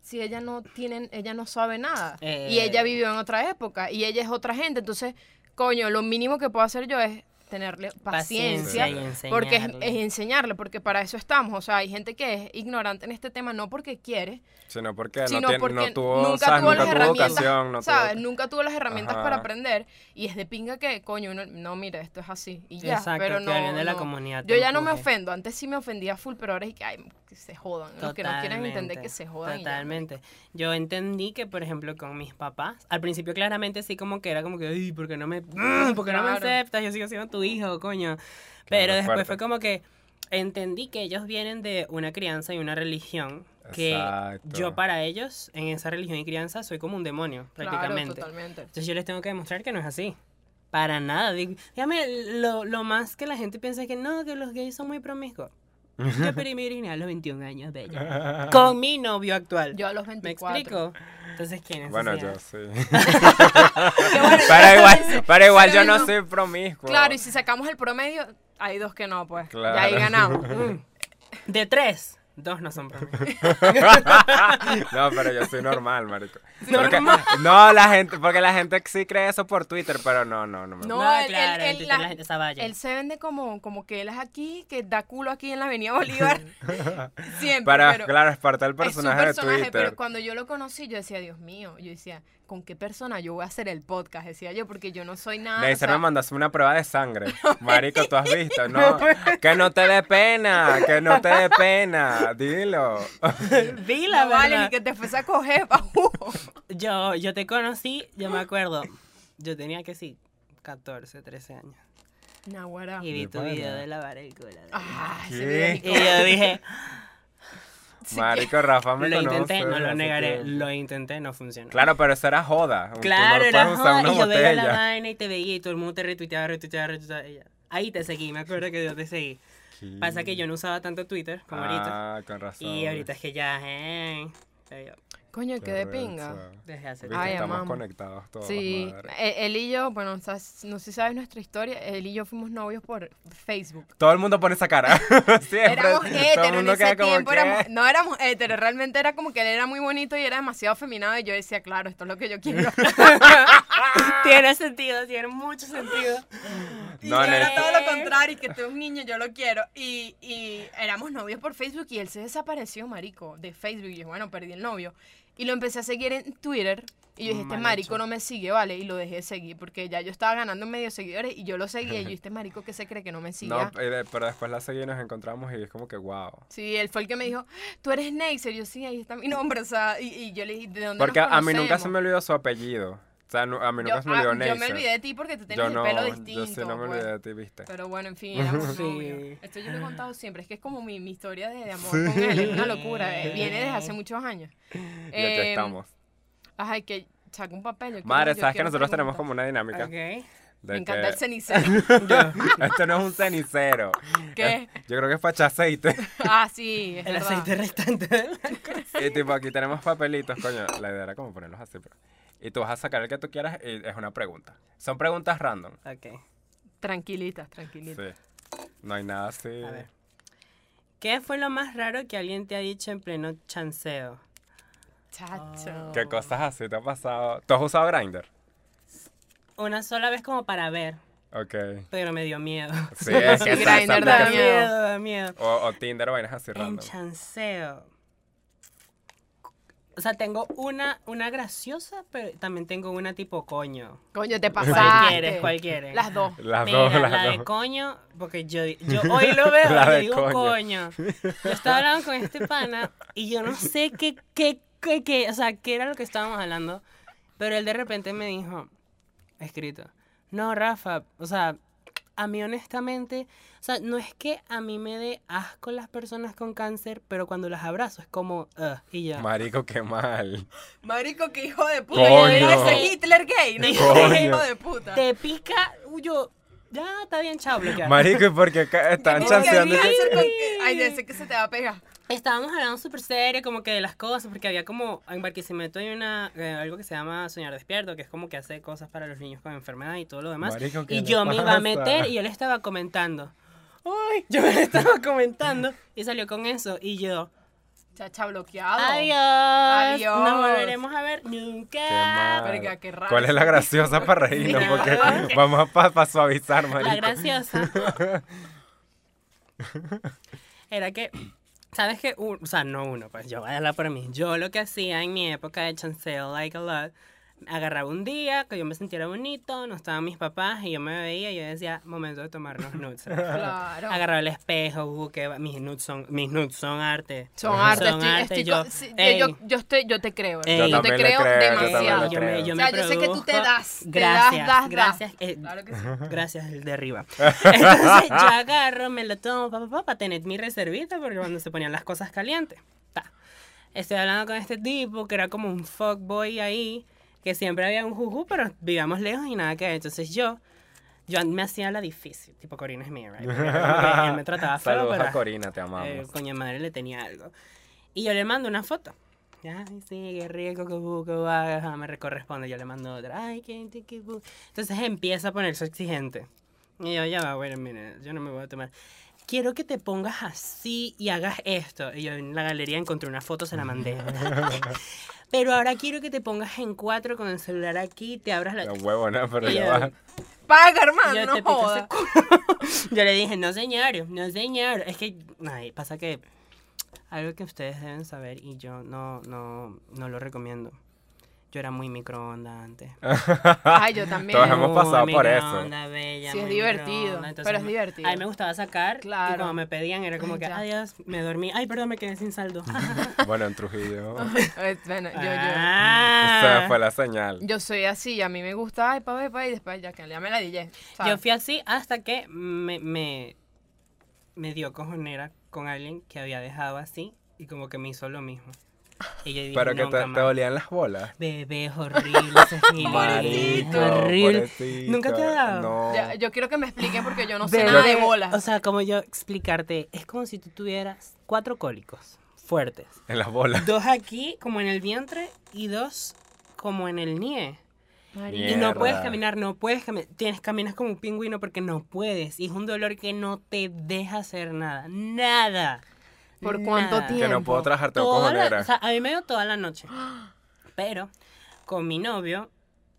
A: Si ella no tiene, ella no sabe nada.
C: Eh.
A: Y ella vivió en otra época, y ella es otra gente. Entonces, coño, lo mínimo que puedo hacer yo es tenerle paciencia,
C: y enseñarle.
A: porque es, es enseñarle, porque para eso estamos. O sea, hay gente que es ignorante en este tema, no porque quiere,
B: Sino porque, no,
A: sino
B: tiene-
A: porque
B: no tuvo,
A: nunca
B: ¿sabes?
A: tuvo
B: nunca
A: las
B: tuvo
A: herramientas,
B: ocasión, no tuvo-
A: ¿sabes? Nunca tuvo las herramientas
B: Ajá.
A: para aprender y es de pinga que, coño, uno- no, mira, esto es así y ya,
C: Exacto,
A: pero
C: que
A: no,
C: alguien de la
A: no.
C: comunidad te
A: Yo ya no me
C: empuje.
A: ofendo, antes sí me ofendía full, pero ahora es que, ay, que se jodan, los que no quieren entender
C: Totalmente,
A: que se jodan y ya.
C: Totalmente. Yo entendí que, por ejemplo, con mis papás, al principio claramente sí como que era como que, ay, ¿por qué no me, mm, por qué no me
A: Claro.
C: aceptas? Yo sigo siendo tu hijo, coño. Pero después
B: fuerte.
C: fue como que entendí que ellos vienen de una crianza y una religión que
B: Exacto.
C: yo para ellos, en esa religión y crianza, soy como un demonio,
A: Claro,
C: prácticamente.
A: totalmente.
C: Entonces yo les tengo que demostrar que no es así. Para nada. Dí- Dígame, lo, lo más que la gente piensa es que no, que los gays son muy promiscuos. Yo perdí mi virginidad a los 21 años, bella. Con mi novio actual.
A: Yo a los
C: ¿Me
A: 24.
C: explico? Entonces, ¿quién es?
B: Bueno,
C: esa
B: yo
C: señora?
B: sí. pero igual, pero igual yo no soy promiscuo.
A: Claro, y si sacamos el promedio, hay dos que no, pues.
B: Claro.
A: Ya ahí ganamos. Mm.
C: De tres, dos no son promiscuos.
B: no, pero yo soy normal, marico. Porque- no, la gente, porque la gente sí cree eso por Twitter, pero no, no, no. me-
A: No,
C: No,
A: el- el-
C: claro, en
A: el-
C: Twitter
A: la-
C: la gente se vaya.
A: Él se vende como, como que él es aquí, que da culo aquí en la Avenida Bolívar. Siempre.
B: Para,
A: pero-
B: claro, es parte del
A: Es su
B: personaje, de Twitter.
A: pero cuando yo lo conocí, yo decía, Dios mío, yo decía, ¿con qué persona yo voy a hacer el podcast? Decía yo, porque yo no soy
C: Ah,
A: nada.
B: Me
A: o sea,
B: hicieron mandarse una prueba de sangre. Marico, tú has visto, ¿no? que no te dé pena, que no te dé pena. Dilo.
C: Vi
A: no
C: la
A: vale,
C: verdad.
A: ni que te fuese a coger, papu.
C: yo, yo te conocí, yo me acuerdo. Yo tenía que sí, 14, 13 años.
A: Naguará.
C: Y vi tu
B: pana.
C: video de lavar el culo.
A: Ah, ese
B: ¿Qué?
A: video es
C: Y yo dije,
B: Marico, Rafa me
C: lo
B: conoce
C: intenté, no
B: desde
C: lo
B: hace
C: negaré,
B: tiempo.
C: lo intenté, no funcionó.
B: Claro, pero eso era joda. Tú
C: Claro,
B: no
C: era
B: puedes usar
C: joda,
B: una
C: y yo veía la
B: botella.
C: vaina y te veía y todo el mundo te retuiteaba, retuiteaba, retuiteaba. y ya. Ahí te seguí, me acuerdo que yo te seguí.
B: Sí.
C: Pasa que yo no usaba tanto Twitter como ahorita.
B: Ah, con razón.
C: Y ahorita es que ya, eh, ya yo,
A: Coño,
B: Qué
A: que de
B: arrecho.
A: pinga.
C: desde hace
B: Viste,
A: Ay,
B: estamos
A: amamos.
B: conectados todos.
A: Sí,
B: madre.
A: e- él y yo, bueno, sabes- no sé si sabes nuestra historia, él y yo fuimos novios por Facebook.
B: Todo el mundo pone esa cara. Siempre.
A: Éramos
B: Todo el
A: héteros en
B: mundo queda
A: ese
B: como,
A: tiempo,
B: ¿qué?
A: éramos- no éramos héteros, realmente era como que él era muy bonito y era demasiado feminado y yo decía, claro, esto es lo que yo quiero.
C: Tiene sentido, tiene mucho sentido.
A: Y
B: No, en
A: era
B: este-
A: todo lo contrario, y que tú eres un niño, yo lo quiero. Y, y éramos novios por Facebook y él se desapareció, marico, de Facebook. Y yo, bueno, perdí el novio. Y lo empecé a seguir en Twitter. Y yo dije, este
C: Mal
A: marico
C: hecho.
A: no me sigue, ¿vale? Y lo dejé de seguir porque ya yo estaba ganando medio seguidores y yo lo seguía. Y yo, este marico que se cree que no me sigue.
B: No, eh, pero después la seguí y nos encontramos y es como que, wow.
A: Sí, él fue el que me dijo, tú eres Neisser. Yo, sí, ahí está mi nombre. O sea, y, y yo le dije, ¿de dónde
B: Porque
A: nos
B: a mí nunca se
A: conocemos?"
B: me olvidó su apellido. O sea, nu- a mí nunca
A: yo,
B: se me
A: ah,
B: olvidó
A: yo me
B: Neisser.
A: olvidé de ti porque tú tenías
B: Yo no,
A: el pelo distinto.
B: yo sí no me
A: pues.
B: olvidé de ti, viste.
A: Pero bueno, en fin, éramos
C: Sí.
A: novios. Esto yo lo he contado siempre. Es que es como mi, mi historia de, de amor con él. Es una locura. eh, Viene desde hace muchos años.
B: Y aquí
A: Eh,
B: estamos.
A: Ajá, hay que saca un papel. yo
B: Madre,
A: quiero- yo
B: sabes que
A: quiero
B: nosotros tenemos
A: preguntas.
B: como una dinámica.
C: Ok.
B: de
A: Me encanta
B: que-
A: el cenicero.
B: Esto no es un cenicero.
A: ¿Qué?
B: Yo creo que es para echar aceite.
A: Ah, sí, es
C: El
A: verdad.
C: aceite restante del barco.
B: Y tipo, aquí tenemos papelitos, coño. La idea era como ponerlos así, pero. Y tú vas a sacar el que tú quieras y es una pregunta. Son preguntas random.
C: Ok.
A: Tranquilitas, tranquilitas.
B: Sí. No hay nada así.
C: A ver. ¿Qué fue lo más raro que alguien te ha dicho en pleno chanceo? Ah.
A: Chacho.
B: ¿Qué cosas así te ha pasado? ¿Tú has usado Grindr?
C: Una sola vez como para ver,
B: Ok.
C: pero me dio miedo.
B: Sí, es que
A: Sí,
B: esa- esa
A: Grindr
B: aplicación-
A: da
C: Da
A: miedo.
C: miedo, da miedo.
B: O, o Tinder, vainas así
C: En
B: random.
C: chanceo. O sea, tengo una, una graciosa, pero también tengo una tipo coño.
A: Coño, te
C: ¿Cuál
A: pasaste.
C: quieres? ¿Cuál quieres?
A: Las dos.
B: Las
C: Mira,
B: dos, las
C: la de
B: dos.
C: coño, porque yo, yo hoy lo veo
B: La
C: y yo
B: de
C: digo
B: coño.
C: coño. Yo estaba hablando con este pana y yo no sé qué, qué, qué, qué, o sea, qué era lo que estábamos hablando, pero él de repente me dijo, escrito, no, Rafa, o sea, a mí honestamente, o sea, no es que a mí me dé asco las personas con cáncer, pero cuando las abrazo es como, "Ugh", y ya.
B: Marico, qué mal.
A: Marico, qué hijo de puta.
B: Coño.
A: Yo era ese Hitler gay. ¿no?
B: Coño.
A: Qué hijo de puta.
C: Te pica, uy, yo, ya, está bien, chao, bloquear.
B: Marico, ¿y por qué ca- están
A: Tienes que
B: chanceando?
A: hacer con- Ay, ya sé que se te va a pegar.
C: Estábamos hablando súper serio, como que de las cosas, porque había como, en Barquisimeto hay una, eh, algo que se llama Soñar Despierto, que es como que hace cosas para los niños con enfermedad y todo lo demás.
B: Marico, ¿qué
C: y
B: le
C: yo me iba
B: pasa?
C: a meter y yo le estaba comentando. ¡Ay! Yo le estaba comentando y salió con eso. Y yo,
A: Chacha bloqueado.
C: ¡Adiós!
A: Adiós.
C: ¡Nos volveremos a ver nunca!
B: Qué mal.
A: Verga, qué raro.
B: ¿Cuál es la graciosa para reírnos?
C: Sí.
B: Porque vamos a para suavizar, marico.
C: La graciosa. Era que, ¿sabes qué? Un- o sea, no uno, pues yo voy a hablar por mí. Yo lo que hacía en mi época de chanceo, like a lot, agarraba un día que yo me sintiera bonito, no estaban mis papás y yo me veía y yo decía, momento de tomarnos nudes.
A: Claro.
C: Agarraba el espejo, uh, que va- mis nudes son, mis nudes son arte.
A: Son arte,
C: Son
A: estoy,
C: arte,
A: estoy
C: yo,
A: con- sí,
C: ey.
A: yo, yo estoy, yo te creo.
C: Ey.
B: Yo
A: yo te
B: también le
A: creo,
B: creo, yo también le
A: demasiado.
C: Yo me, yo me
A: O sea, yo sé que tú te
C: produzco-
A: das, te das,
C: Gracias,
A: das, das.
C: gracias. eh,
A: Claro que sí.
C: Gracias, el de arriba. Entonces yo agarro, me lo tomo, papá, papá, para tener mi reservita, porque cuando se ponían las cosas calientes. Ta. Estoy hablando con este tipo que era como un fuckboy ahí, que siempre había un juju, pero vivíamos lejos y nada que ver. Entonces yo, yo me hacía la difícil, tipo Corina es mía, right? Porque Él me trataba feo,
B: Saludos
C: pero
B: a Corina, te amamos.
C: eh, coño madre le tenía algo. Y yo le mando una foto. Ay, sí, qué rico, qué bu, qué va. Ajá, me re- corresponde. Yo le mando otra. Ay, qué, qué, qué bu. Entonces empieza a ponerse exigente. Y yo, ya va, bueno, mire, yo no me voy a tomar. Quiero que te pongas así y hagas esto. Y yo en la galería encontré una foto, se la mandé. Pero ahora quiero que te pongas en cuatro con el celular aquí, te abras la...
B: La huevona, pero
C: Y
B: ya
C: yo-
B: va.
A: Paga,
C: Yo
A: hermano,
C: te
A: no
C: pico
A: jodas.
C: ese Yo le dije, no señor, no señor. Es que, ay, pasa que algo que ustedes deben saber y yo no, no, no lo recomiendo. Yo era muy microondas antes. Ah.
A: Ay, yo también.
B: Todos Ah, hemos
C: Muy
B: pasado por eso.
C: microondas, bella,
A: Sí, es
C: muy
A: divertido,
C: microondas.
A: pero es
C: me-
A: divertido.
C: A mí me gustaba sacar
A: Claro.
C: y cuando me pedían era como que,
A: Ya.
C: adiós, me dormí. Ay, perdón, me quedé sin saldo.
B: Bueno, en Trujillo.
A: Eh, bueno, yo, yo.
C: Ah.
B: Esa fue la señal.
A: Yo soy así, a mí me gusta, ay, pa, pa, pa, y después ya que ya me la dije.
C: Yo fui así hasta que me, me, me dio cojonera con alguien que había dejado así y como que me hizo lo mismo. Y yo dije,
B: Pero que
C: "Nunca
B: te, te
C: más".
B: dolían las bolas.
C: Bebé, es horrible, esa es mi
B: Marico,
C: vida, horrible.
B: pobrecito.
C: Nunca te ha dado.
B: No.
A: Ya, yo quiero que me expliquen porque yo no sé
C: Bebé,
A: nada de bolas.
C: O sea, como yo explicarte, es como si tú tuvieras cuatro cólicos fuertes.
B: En las bolas.
C: Dos aquí, como en el vientre, y dos como en el nie. Y no
B: Mierda.
C: puedes caminar, no puedes caminar. Tienes, caminas como un pingüino porque no puedes. Y es un dolor que no te deja hacer nada. Nada.
A: ¿Por cuánto
C: Nada.
A: tiempo?
B: Que no puedo trabajar, tengo
C: Toda la-
B: cojonera.
C: o sea, a mí me dio toda la noche. Pero con mi novio,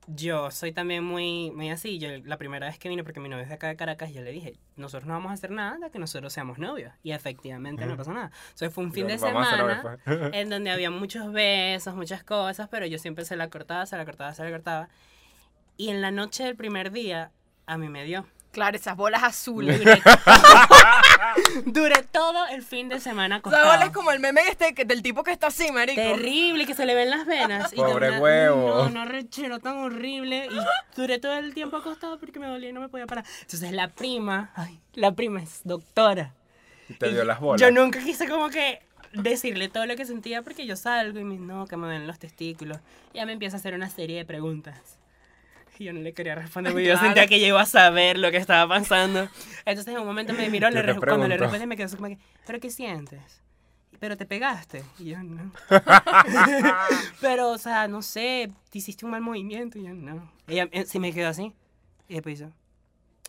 C: yo soy también muy, muy así. Yo la primera vez que vine, porque mi novio es de acá de Caracas, yo le dije, nosotros no vamos a hacer nada hasta que nosotros seamos novios. Y efectivamente no pasó nada. Entonces fue un fin
B: Yo-
C: de
B: vamos a hacer ahora, pues.
C: semana en donde había muchos besos, muchas cosas, pero yo siempre se la cortaba, se la cortaba, se la cortaba. Y en la noche del primer día, a mí me dio.
A: Claro, esas bolas azules.
C: Duré, duré todo el fin de semana
A: Esas
C: acostado.
A: bolas como el meme este que- del tipo que está así, marico.
C: Terrible, que se le ven las venas. yo
B: Pobre
C: una-
B: huevo.
C: No, no, rechero tan horrible. Y duré todo el tiempo acostado porque me dolía y no me podía parar. Entonces la prima, ay, la prima es doctora.
B: Y te
C: Y
B: dio las bolas.
C: Yo nunca quise como que decirle todo lo que sentía porque yo salgo y me no, que me ven los testículos. Ya me empieza a hacer una serie de preguntas. Y yo no le quería responder porque yo
A: Claro.
C: sentía que yo iba a saber lo que estaba pasando. Entonces en un momento me miró,
B: Yo
C: le
B: te
C: res- cuando le
B: pregunto.
C: respondí me quedó así como que, ¿pero qué sientes? Pero te pegaste. Y yo no. Pero, o sea, no sé, te hiciste un mal movimiento. Y yo, no. Ella eh, se me quedó así. Y después hizo,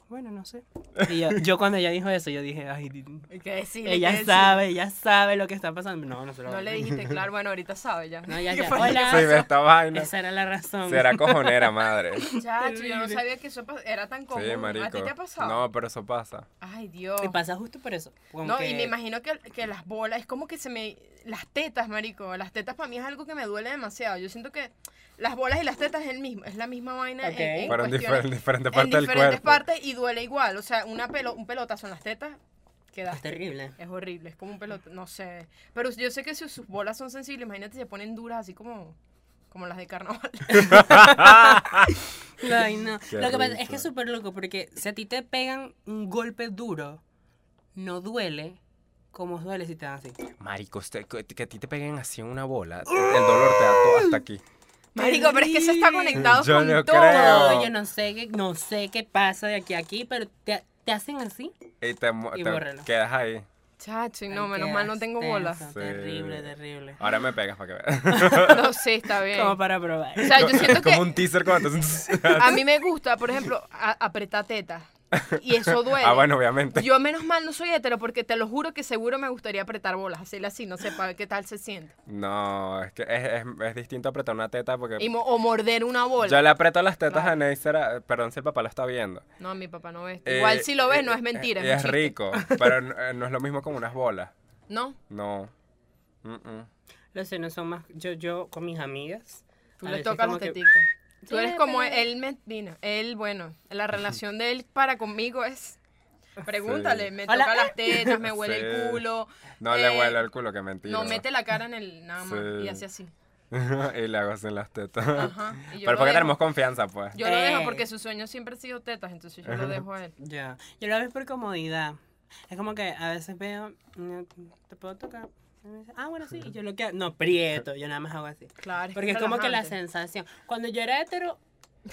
C: bueno, no sé. Y yo, yo cuando ella dijo eso, yo dije, ay, di-
A: Hay que decirle, hay que
C: ella
A: decirle.
C: sabe, ella sabe lo que está pasando. No, no se lo
A: No
C: voy a
A: le
C: decir.
A: dijiste, claro, bueno, ahorita sabe ya.
C: No, ya,
A: ¿Qué
C: ya.
A: fue?
C: Hola.
B: Sí, ve esta vaina.
C: Esa era la razón.
B: Será cojonera, madre.
A: Chacho, yo no sabía que eso pas- era tan común.
B: Sí, marico.
A: ¿A ti te ha pasado?
B: No, pero eso pasa.
A: Ay, Dios.
C: Y pasa justo por eso. como
A: No,
C: que-
A: y me imagino que, que las bolas, es como que se me... Las tetas, marico, las tetas para mí es algo que me duele demasiado. Yo siento que las bolas y las tetas es, el mismo, es la misma vaina en-
C: Ok.
A: en,
B: Pero en,
A: cuestiones-
B: difer- en diferentes
A: en
B: partes del
A: diferentes
B: cuerpo.
A: partes y duele igual. O sea, una pelo, un pelotazo en las tetas queda...
C: Es terrible.
A: Es horrible, es como un pelotazo, no sé. Pero yo sé que si sus bolas son sensibles, imagínate, se ponen duras así como, como las de carnaval.
C: Ay, no.
B: Qué
C: Lo que pasa es
B: risa.
C: que es súper loco porque si a ti te pegan un golpe duro, no duele como duele si te dan así.
B: Marico, usted- que, que a ti te peguen así en una bola, te- el dolor te da todo hasta aquí.
A: Marico, pero es que eso está
C: Terrible.
A: conectado
B: Yo
A: con
B: no
A: todo.
B: creo.
C: No, yo no sé qué, no sé qué pasa de aquí a aquí, pero te, te hacen así.
B: Y te, mu-
C: Y
B: te
C: bórralo.
B: quedas ahí.
A: Chacho, y no,
C: Ay,
A: menos
C: qué
A: mal no tengo
C: extenso,
A: bolas.
B: Sí.
C: Terrible, terrible.
B: Ahora me pegas para que veas.
A: No sé, está bien.
C: Como
A: O
C: para probar.
A: sea, yo siento
B: como
A: que
B: un teaser cuando te-
A: a mí me gusta, por ejemplo, a- apretar tetas. Y eso duele.
B: Ah, bueno, obviamente.
A: Yo menos mal no soy hetero porque te lo juro que seguro me gustaría apretar bolas, hacerle así, no sé, para ver qué tal se siente.
B: No, es que es, es, es distinto apretar una teta porque...
A: Y mo- o morder una bola.
B: Yo le aprieto las tetas
A: Claro.
B: a Neisser, perdón si el papá lo está viendo.
A: No, mi papá no ve.
B: Eh,
A: Igual si lo ves, no
B: eh,
A: es mentira.
B: eh,
A: es, un
B: Es,
A: chiste.
B: rico, pero n- eh, no es lo mismo como unas bolas.
A: No,
B: No. Mm-mm.
C: Los senos son más. Yo, yo con mis amigas.
A: tú
C: a
A: le
C: veces
A: tocas
C: como
A: las
C: que-
A: teticas. Tú eres
C: Sí,
A: como
C: pero-
A: él, Medina. Él, bueno, la relación de él para conmigo es. Pregúntale, me
C: Hola.
A: toca las tetas, me huele
B: Sí.
A: el culo.
B: No
A: eh,
B: le huele el culo, que mentira.
A: No, mete la cara en el nada más
B: Sí.
A: y hace así.
B: y le hago así en las tetas.
A: Ajá. y yo
B: Pero
A: lo
B: porque
A: dejo.
B: tenemos confianza, pues.
A: Yo lo dejo
C: Ey.
A: porque su sueño siempre ha sido tetas, entonces yo lo dejo a él.
C: Ya. Yo lo veo por comodidad. Es como que a veces veo. mm, ¿Te puedo tocar? Y me dice, Ah, bueno, sí. Y yo lo que. No, prieto. Yo nada más hago así.
A: Claro.
C: Porque es como que la
A: relajante.
C: sensación. Cuando yo era hetero.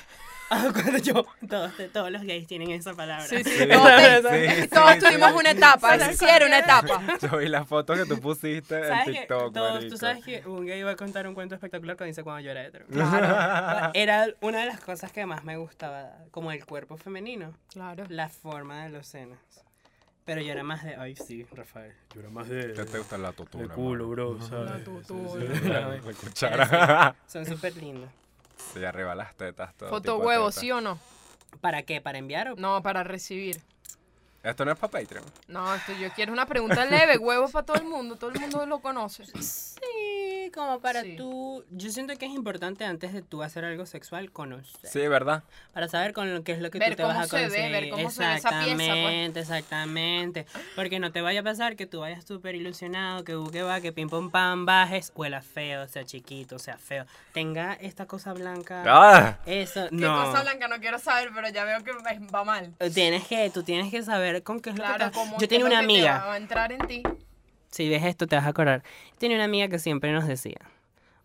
C: ah, Cuando yo. Todos, todos los gays tienen esa palabra.
A: Sí, sí,
B: Sí,
A: todos, te-
B: sí,
A: todos
B: sí,
A: tuvimos
B: sí.
A: una etapa,
C: Sí,
A: eso sí
C: sí.
A: era una etapa.
B: Yo vi las fotos que tú pusiste en
C: ¿Sabes que
B: TikTok,
C: todos-
B: marico.
C: Tú sabes que un gay iba a contar un cuento espectacular cuando dice cuando yo era hetero.
B: Claro.
C: Era una de las cosas que más me gustaba, como el cuerpo femenino,
A: Claro.
C: la forma de los senos. Pero yo era más de, ay sí, Rafael, yo era más de,
B: ¿Qué te
C: de
B: gusta la totona?
C: culo, bro,
A: La
C: ¿sabes?
A: tutula.
B: mano? La, la cuchara.
C: Son súper lindos.
B: Sí, arriba las tetas. Todo
A: Foto
B: tipo de
A: huevo,
B: tetas.
A: ¿sí o no?
C: ¿Para qué? ¿Para enviar o
A: No, para recibir.
B: Esto no es para Patreon.
A: No, esto, yo quiero una pregunta leve, huevo para todo el mundo, todo el mundo lo conoce.
C: Sí, como para
A: Sí.
C: tú. Yo siento que es importante antes de tú hacer algo sexual conocer.
B: Sí, ¿verdad?
C: Para saber con lo que es lo que
A: Ver
C: tú te
A: cómo
C: vas a
A: se ve,
C: conseguir.
A: ver cómo se ve esa pieza, pues.
C: exactamente, exactamente. Porque no te vaya a pasar que tú vayas súper ilusionado, que buque va, que pim pom pam bajes, huela feo, sea chiquito, sea feo. Tenga esta cosa blanca.
B: ¡Ah!
C: Eso,
A: ¿Qué
C: no.
A: cosa blanca no quiero saber, pero ya veo que va- va mal.
C: Tienes que, tú tienes que saber con qué es lo que
A: Claro,
C: te-
A: como
C: Yo
A: que
C: tenía
A: es
C: una
A: lo que te
C: amiga.
A: Va a entrar en ti.
C: si ves esto te vas a acordar. Tiene una amiga que siempre nos decía,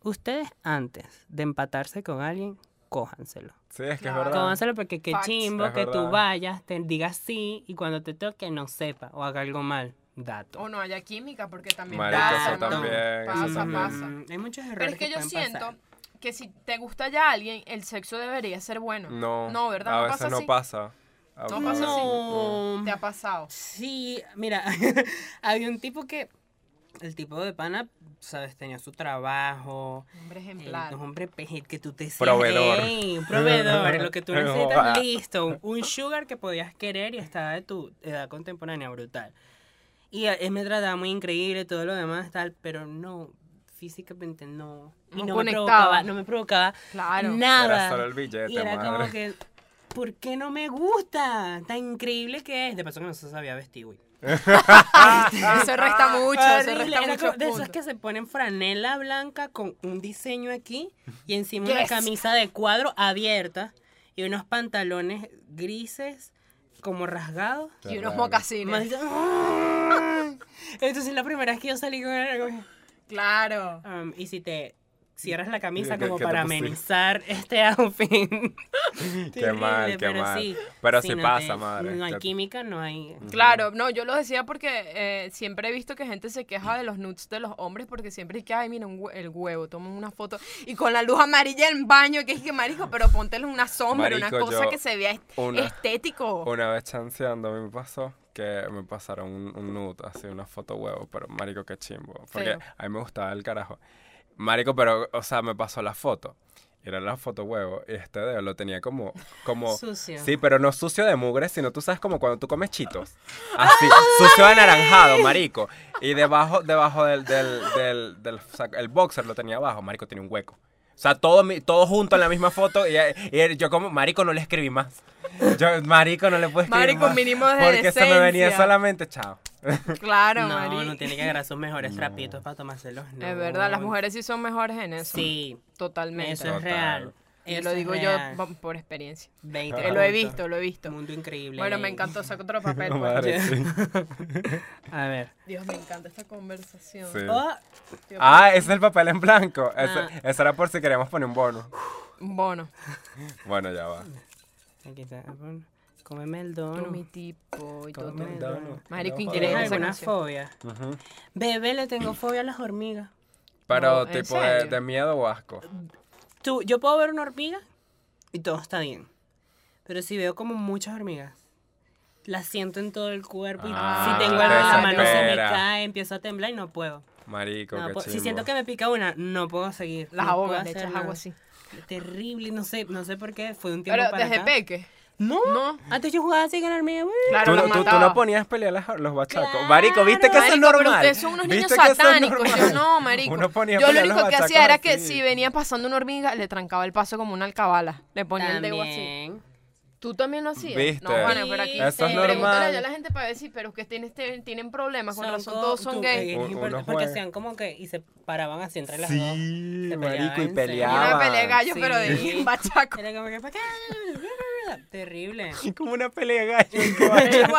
C: ustedes antes de empatarse con alguien, cójanselo.
B: Sí, es que es
A: Claro.
B: verdad.
C: Cójanselo porque qué
A: Facts.
C: chimbo
B: Es
C: que
B: verdad.
C: tú vayas, te digas sí y cuando te toque no sepa o haga algo mal. Dato.
A: O Oh, no haya química, porque también
B: Marica,
C: eso
A: pasa. mano.
C: también,
B: eso
A: Pasa,
B: también.
A: pasa.
C: Mm, Hay muchos errores.
A: Pero es que, yo
C: pueden
A: siento
C: pasar.
A: que si te gusta ya alguien, el sexo debería ser bueno.
B: No,
A: No, ¿verdad?
B: A
A: no
B: veces
A: pasa
B: no
A: así.
B: pasa. A
A: No
B: veces
A: pasa así.
B: no.
A: Te ha pasado.
C: Sí, mira, había un tipo que, el tipo de pana, sabes, tenía su trabajo,
A: Hombre
C: eh,
A: ejemplar.
C: un hombre peje- que tú te decías,
B: Proveedor.
C: "Ey, un proveedor, lo que tú
B: No,
C: necesitas,
B: ah.
C: listo, un sugar que podías querer y estaba de tu edad contemporánea, brutal. Y eh, él me trataba muy increíble, todo lo demás, tal, pero no, físicamente no,
A: No
C: y no, me
A: conectaba.
C: provocaba, no me provocaba
A: Claro.
C: nada.
B: Era solo el billete,
C: Y era como
B: madre.
C: que, ¿por qué no me gusta? Tan increíble que es. De paso que no se sabía vestir, güey.
A: Eso resta mucho, eso
C: Horrible,
A: resta
C: era
A: mucho.
C: como de esos que se ponen franela blanca con un diseño aquí y encima una
A: Yes.
C: camisa de cuadro abierta y unos pantalones grises como rasgados.
A: Y unos
B: Claro.
A: mocasines.
C: Maldita- Entonces la primera vez que yo salí con él, era como,
A: Claro.
C: um, y si te cierras la camisa
B: ¿Qué- qué-
C: como
B: qué te
C: para
B: pusiste?
C: amenizar este outfit.
B: Qué mal, qué mal. Pero sí
C: no
B: pasa, madre. este-
C: No hay
B: Te-
C: química, no hay...
A: Claro, no, yo lo decía porque eh, siempre he visto que gente se queja de los nudes de los hombres porque siempre es que, ay, mira, un hue- el huevo, toman una foto y con la luz amarilla en baño, que es que, marico, pero póntele una sombra, una
B: Marico,
A: cosa
B: yo-
A: que se vea est-
B: una-
A: estético.
B: Una vez chanceando a mí me pasó que me pasaron un, un nude, así una foto huevo, pero marico qué chimbo, porque
A: Feo.
B: a mí me gustaba el carajo. Marico, pero o sea, me pasó la foto. Era la foto huevo y este dedo lo tenía como como
C: Sucio.
B: Sí, pero no sucio de mugre, sino tú sabes como cuando tú comes chitos. Así, sucio de anaranjado, marico. Y debajo debajo del del del, del saco- el boxer lo tenía abajo, marico, tenía un hueco. O sea, todo, mi- todo junto en la misma foto y, y yo como, marico, no le escribí más. Yo, marico, no le puedo escribir
A: Marico,
B: más,
A: mínimo de
B: Porque se me venía
A: decencia.
B: solamente, chao.
A: Claro,
C: No,
A: marico.
C: no tiene que agarrar sus mejores trapitos para tomárselos. no.
A: Es verdad, las mujeres sí son mejores en eso.
C: Sí,
A: Totalmente.
C: eso
B: Total.
C: es real.
A: Y
C: Eso
A: lo
C: es
A: digo yo
C: real.
A: va- por experiencia.
C: 20
A: Que lo he
C: puntos.
A: visto, lo he visto.
C: Mundo increíble.
A: Bueno, me
C: ahí.
A: encantó, saco otro papel. pues.
B: Madre, sí.
C: A ver.
A: Dios, me encanta esta conversación.
B: Sí.
C: Oh,
A: Dios,
B: Ah, ese es el papel en blanco. Ese,
C: Ah.
B: ese era por si queríamos poner un bono.
A: Bono.
B: Bueno, ya va.
C: aquí está. bueno, Cómeme el dono.
A: Tú, mi tipo. Y todo,
C: Come
A: todo.
C: el dono.
A: Marico,
C: ¿Tienes
A: increíble esa
C: alguna
A: canción.
C: fobia?
B: Ujú.
C: Bebé, le tengo fobia a las hormigas.
B: Pero
A: No, ¿en
B: tipo de,
A: serio?
B: de miedo o asco.
C: Tú, yo puedo ver una hormiga y todo está bien. Pero si veo como muchas hormigas, las siento en todo el cuerpo y
B: Ah,
C: si tengo
A: te
C: algo en la mano se me
B: desespera.
C: cae, empiezo a temblar y no puedo.
B: Marico,
C: No
B: qué
C: puedo-
A: pues,
B: chimbo.
C: si siento que me pica una, no puedo seguir.
A: Las
C: no
A: ahogas,
C: puedo
A: le
C: hacer
A: echas
C: nada.
A: agua así.
C: Terrible, no sé, no sé por qué, fue de un tiempo
A: Pero
C: para
A: desde
C: acá.
A: peque.
C: No,
A: No.
C: antes yo jugaba así con hormigas. uy.
A: Claro,
B: Tú,
A: las
B: no- tú- tú
A: mataba.
B: no ponías pelea a las- los bachacos.
C: Claro.
B: Marico, ¿viste que eso es
A: Marico, pero
B: normal?
A: ustedes son unos niños
B: ¿Viste que eso es
A: satánicos.
B: normal?
A: Yo no, marico.
B: Uno ponía
A: Yo lo
B: pelea a los
A: único que hacía
B: bachacos
A: era que
B: así.
A: si venía pasando una hormiga, le trancaba el paso como una alcabala. Le ponía el dedo así.
C: También.
A: ¿Tú también lo hacías?
B: ¿Viste?
A: No, bueno, pero aquí.
C: Eso es
A: pregúntale
B: normal.
A: ya a la gente para ver si, pero que tienen, tienen- tienen problemas. Con razón,
C: co-
A: todos son
C: tú-
A: gays.
C: eh,
B: Un-
C: es
B: unos
C: importante porque
B: juegan.
C: sean como que y se paraban así entre las dos.
B: Sí,
C: Se
B: marico, y
C: peleaban, se-
B: peleaban.
A: Una pelea de gallo,
C: Sí.
A: pero de bachaco.
C: Era como que pa' acá, terrible.
B: Como una pelea de gallo.
A: igualito.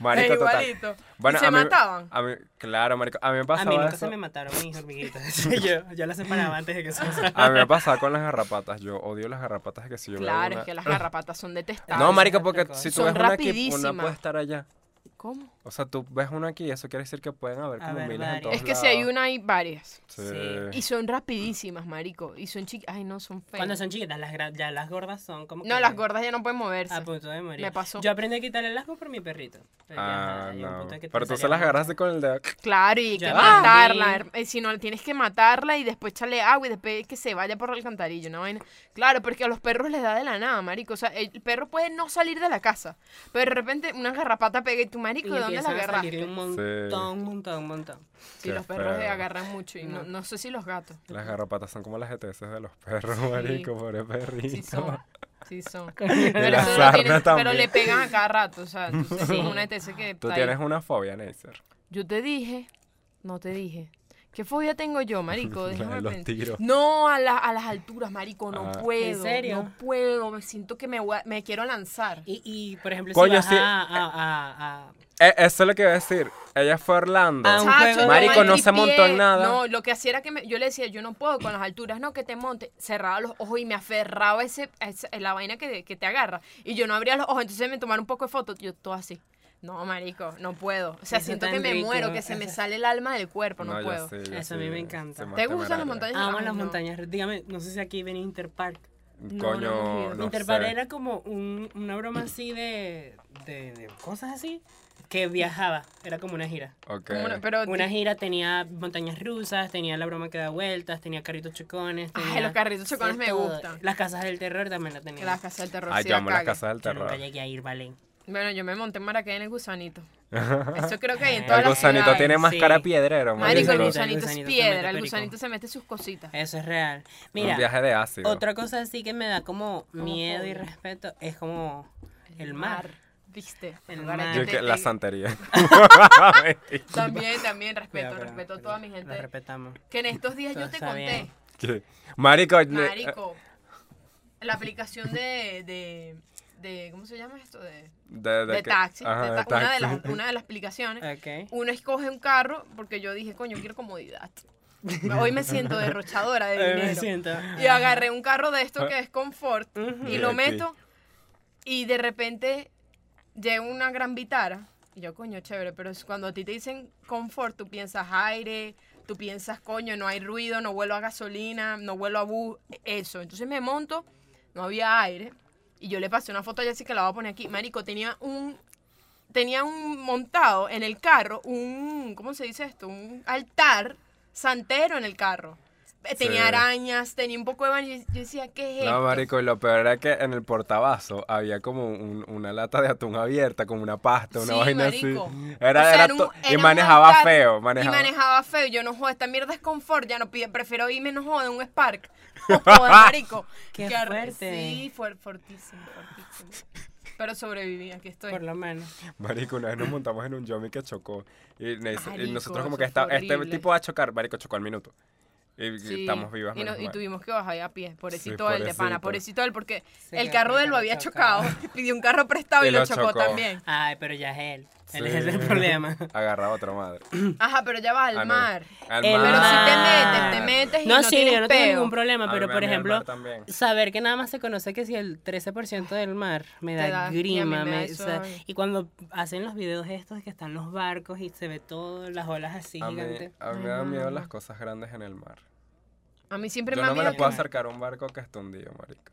B: Marico,
A: es
B: total.
A: igualito.
B: Bueno,
A: ¿Y se
B: a mí-
A: mataron?
B: a mí- claro, marico. A mí me
C: A mí
B: pasaba
C: nunca
B: eso.
C: se me mataron mis hormiguitas. yo, yo las separaba antes de que se me
A: Ah,
C: salieran.
B: A mí me pasaba con las garrapatas. Yo odio las garrapatas que si yo veo
A: Claro,
B: una-
A: es que las garrapatas son detestables.
B: No,
C: Mari-
B: marico, porque
C: Son
B: si tú ves una aquí, una
A: rapidísimas.
B: puede estar allá.
A: ¿Cómo?
B: O sea, tú ves una aquí y eso quiere decir que pueden haber
C: A
B: como
C: ver,
B: miles en
C: varias.
B: todos
A: Es que si hay
B: lados.
A: una, hay varias.
B: Sí.
A: Y son rapidísimas, marico. Y son chicas. Ay, no, son feas.
C: Cuando son chiquitas, las, gra- ya las gordas son como
A: No,
C: que
A: las gordas ya no pueden moverse.
C: A punto de morir.
A: Me pasó.
C: Yo aprendí a quitarle el asco por mi perrito. Pero ya,
B: Ah,
C: hay un
B: no.
C: punto en que te
B: Pero tú se
C: salía
B: las
C: mucho.
B: agarras así con el dedo.
A: Claro, y hay
C: Ya
A: que
C: va.
A: matarla. her- eh, Si no, tienes que matarla y después echarle agua y después que se vaya por el alcantarillo, una vaina. Claro, porque a los perros les da de la nada, marico. O sea, el perro puede no salir de la casa, pero de repente una garrapata pega y tu marico,
C: Y
A: ¿de dónde la
C: empiezan a
A: agarras?
C: salirle Un montón, un montón, un montón.
A: Sí,
B: Qué
A: los perros
B: feo.
A: agarran mucho y no, no sé si los gatos.
B: Las garrapatas son como las ETS de los perros, marico, pobre perrito.
A: Sí son. Sí son.
B: la
A: Pero, eso no
B: sarna
A: tiene- pero
B: también.
A: le pegan a cada rato, o sea, tú te-
C: Sí.
A: una ETS que
B: Tú
A: está ahí.
B: tienes una fobia, Neisser.
A: Yo te dije, no te dije, ¿Qué fobia tengo yo, marico? Déjame
B: Los
A: pensar.
B: tiros.
A: No, a, la- a las alturas, marico, no
B: Ah.
A: puedo.
C: ¿En serio?
A: No puedo, me siento que me, voy a- me quiero lanzar.
C: Y, y, por ejemplo,
B: Coño, sí.
C: si vas a, a- a- a-
B: Eh, eso es lo que iba a decir. Ella fue a Orlando.
C: Ah, un
A: Chacho,
C: juego.
A: yo
B: Marico,
A: me
B: no se
A: tripié.
B: montó en nada.
A: No, lo que hacía era que me- yo le decía, yo no puedo con las alturas, no, que te monte. Cerraba los ojos y me aferraba a, ese, a esa- a la vaina que, que te agarra. Y yo no abría los ojos, entonces me tomaron un poco de fotos. Yo todo así. No, marico, no puedo. O sea,
C: Eso
A: siento
C: tan
A: que me
C: rico,
A: muero, que se me
C: eso.
A: sale el alma del cuerpo, no,
B: No, yo
A: puedo.
B: sí, yo
C: Eso a mí
B: sí,
C: me encanta.
B: soy más
A: ¿Te gustan las
B: temerario.
A: montañas?
C: amo
A: Ay,
C: las
A: no.
C: montañas rusas. Dígame, no sé si aquí viene Interpark.
B: Coño,
C: hemos ido.
B: no
C: Interpark
B: sé.
C: era como un- una broma así de, de- de cosas así que viajaba. Era como una gira.
B: Ok.
A: Como una- pero
C: Una gira tenía montañas rusas, tenía la broma que da vueltas, tenía carritos chocones.
A: Ay,
C: tenía
A: los carritos chocones
C: de
A: me
C: todo.
A: gustan.
C: Las casas del terror también la tenía.
A: las casas del terror.
B: Ay,
A: sí
B: yo
A: la
B: amo las
A: cagué.
B: casas del
C: Yo nunca
B: terror.
C: llegué a ir, Valen.
A: Bueno, yo me monté en Maracay en el gusanito. Eso creo que hay en todas
B: El
A: las
B: gusanito
A: ciudades.
B: tiene más
C: sí.
B: cara piedrero,
A: Marico, el
B: marico.
C: gusanito,
A: gusanito,
C: el
A: es
C: gusanito se mete
A: piedra, el
C: perico.
A: gusanito se mete sus cositas.
C: Eso es real.
B: Un
C: Mira,
B: viaje de ácido.
C: otra cosa así que me da como
A: Como
C: miedo y
A: fobia.
C: respeto es como el mar.
A: ¿Viste?
C: El
A: Lugares
C: mar.
A: que
B: Yo
A: te-
B: que-
A: te-
B: la santería.
A: También, también respeto,
C: Cuidado,
A: respeto a
C: cuidado.
A: toda mi
C: Lo
A: gente.
C: respetamos.
A: Que en estos días yo
C: Todo
A: te
C: está
A: conté,
C: bien.
B: ¿Qué? Marico, eh, ne-
A: marico,
C: eh,
A: la aplicación de, de, de- ¿cómo se llama esto? De,
B: de, de
A: de
B: que-
A: taxi.
B: ajá,
A: de
B: de
A: ta- Una, de las,
B: taxi.
A: una de las aplicaciones.
C: Ok.
A: Uno escoge un carro porque yo dije, coño, quiero comodidad. Hoy me siento derrochadora de
C: Eh,
A: dinero.
C: me siento.
A: Y agarré un carro de esto que es confort
C: Ujú.
A: y lo
B: Ok.
A: meto. Y de repente llega una gran vitara. Y yo, coño, chévere, pero es cuando a ti te dicen confort, tú piensas aire, tú piensas, coño, no hay ruido, no vuelo a gasolina, no vuelo a bus, eso. Entonces me monto, no había aire. Y yo le pasé una foto a Jessica, la voy a poner aquí. Marico, tenía un. Tenía un montado en el carro, un. ¿Cómo se dice esto? Un altar santero en el carro. Eh, Tenía
B: Sí.
A: arañas, tenía un poco de baño. Yo decía, ¿qué es esto?
B: No, marico, y lo peor era que en el portabazo había como un- una lata de atún abierta, como una pasta, una
A: Sí,
B: vaina
A: marico.
B: así.
A: O
B: Era,
A: sea,
B: era
A: era un-
B: to-
A: era
B: y
A: un
B: manejaba
A: altar,
B: feo,
A: Y
B: manejaba.
A: manejaba feo. Yo no joda, esta mierda es confort. Ya no pide, prefiero irme, no joda, en un Spark. No joda, marico.
C: Qué
A: ar-
C: fuerte.
A: Sí, fue fortísimo, fortísimo. Pero sobreviví, aquí estoy.
C: Por lo menos.
B: Marico, una vez nos montamos en un yomi que chocó. Y, me dice- y
A: Marico,
B: nosotros como
A: eso
B: que está,
A: fue
B: este
A: horrible.
B: tipo va a chocar, marico, chocó al minuto. Y, y
A: Sí,
B: estamos vivas,
A: y, no-
B: menos
A: y
B: mal.
A: tuvimos que bajar a pie, pobrecito
B: Sí,
A: él de pana,
B: pobrecito.
A: pobrecito él, porque
C: Sí,
A: el
C: que
A: carro de él lo
C: lo
A: había chocado,
C: chocaba.
A: pidió un carro prestado y,
B: Y
A: lo
B: lo
A: chocó,
B: chocó.
A: también.
C: Ay, pero ya es él. Él
B: Sí.
C: es el problema.
B: Agarraba a otra madre.
A: Ajá, pero ya vas al
B: Ah, no.
A: mar.
B: Al
C: El
B: mar.
A: Pero si te
C: mar.
A: metes, te metes y
C: No,
A: no
C: sí,
A: tienes
C: yo no tengo
A: peo.
C: ningún problema,
B: A
C: pero
B: mí
C: por
B: me da miedo el
C: ejemplo,
B: mar también.
C: saber que nada más se conoce que si el 13% del mar me da,
A: Te da- y a mí
C: grima.
A: me da
C: me- o
A: eso,
C: sea,
A: ay.
C: y cuando hacen los videos estos que están los barcos y se ve todo, las olas así
B: A mí,
C: gigantes.
B: a mí me dan miedo las cosas grandes en el mar.
A: A mí siempre
B: Yo
A: me ha
B: no me
A: miedo
B: le puedo
A: que-
B: acercar a un barco que esté hundido, marico.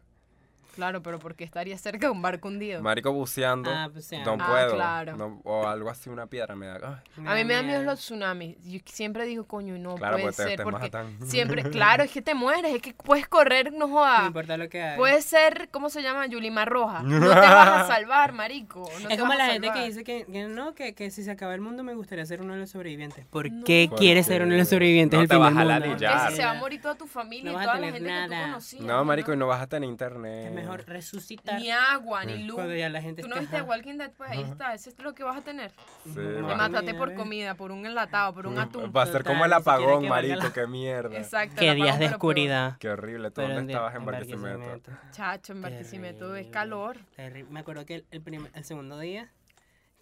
A: Claro, pero porque estaría cerca de un barco hundido.
B: Marico buceando,
C: Ah, buceando.
B: no
A: Ah,
B: puedo.
A: claro.
B: no- o algo así, una piedra me da. ay.
A: A mí me dan miedo los tsunamis. Yo siempre digo, coño, no
B: Claro,
A: puede
B: porque te-
A: ser.
B: te
A: porque
B: matan.
A: siempre, claro, es que te mueres, es que puedes correr, no
C: No
A: jodas.
C: importa lo que haga.
A: Ah, Puede ser, ¿cómo se llama? Yulima Roja. No te vas a salvar, marico. no te
C: es como
A: vas a
C: la gente que
A: salvar.
C: dice que, que no, que, que si se acaba el mundo me gustaría ser uno de los sobrevivientes. ¿Por
A: No.
C: qué quieres ser uno de los sobrevivientes?
B: No
C: el
B: te
C: fin
B: vas
C: del
B: a la
C: mundo?
A: Porque
B: Ya.
A: si se va a morir toda tu familia
C: No
A: y
C: vas a
A: toda la
C: tener
A: gente que tú
C: nada.
A: conocías.
B: No, marico, y
A: ¿no?
B: no vas a tener internet.
C: Es mejor resucitar.
A: Ni agua, ni luz.
C: Cuando ya la gente
A: Tú no
C: esté-
A: viste Walking Dead, pues ahí está. Eso es lo que vas a tener.
B: Sí,
C: No,
A: Te
B: va.
A: mataste por
C: Mierda.
A: comida, por un enlatado, por un atún.
B: Mm, Va a ser como
C: Total,
B: el
C: ni siquiera
B: apagón,
C: que valga
B: marico,
C: la-
B: qué mierda.
A: Exacto.
C: Qué
A: la
C: días
A: pagamos,
C: de
A: pero peor.
C: oscuridad.
B: Qué horrible, ¿tú
C: Pero
B: dónde
C: en-
B: estabas en
C: Barquisimeto.
B: Barquisimeto?
A: Chacho, en Barquisimeto es
C: Terrible,
A: calor.
C: terrible. Me acuerdo que el, el prim- el segundo día,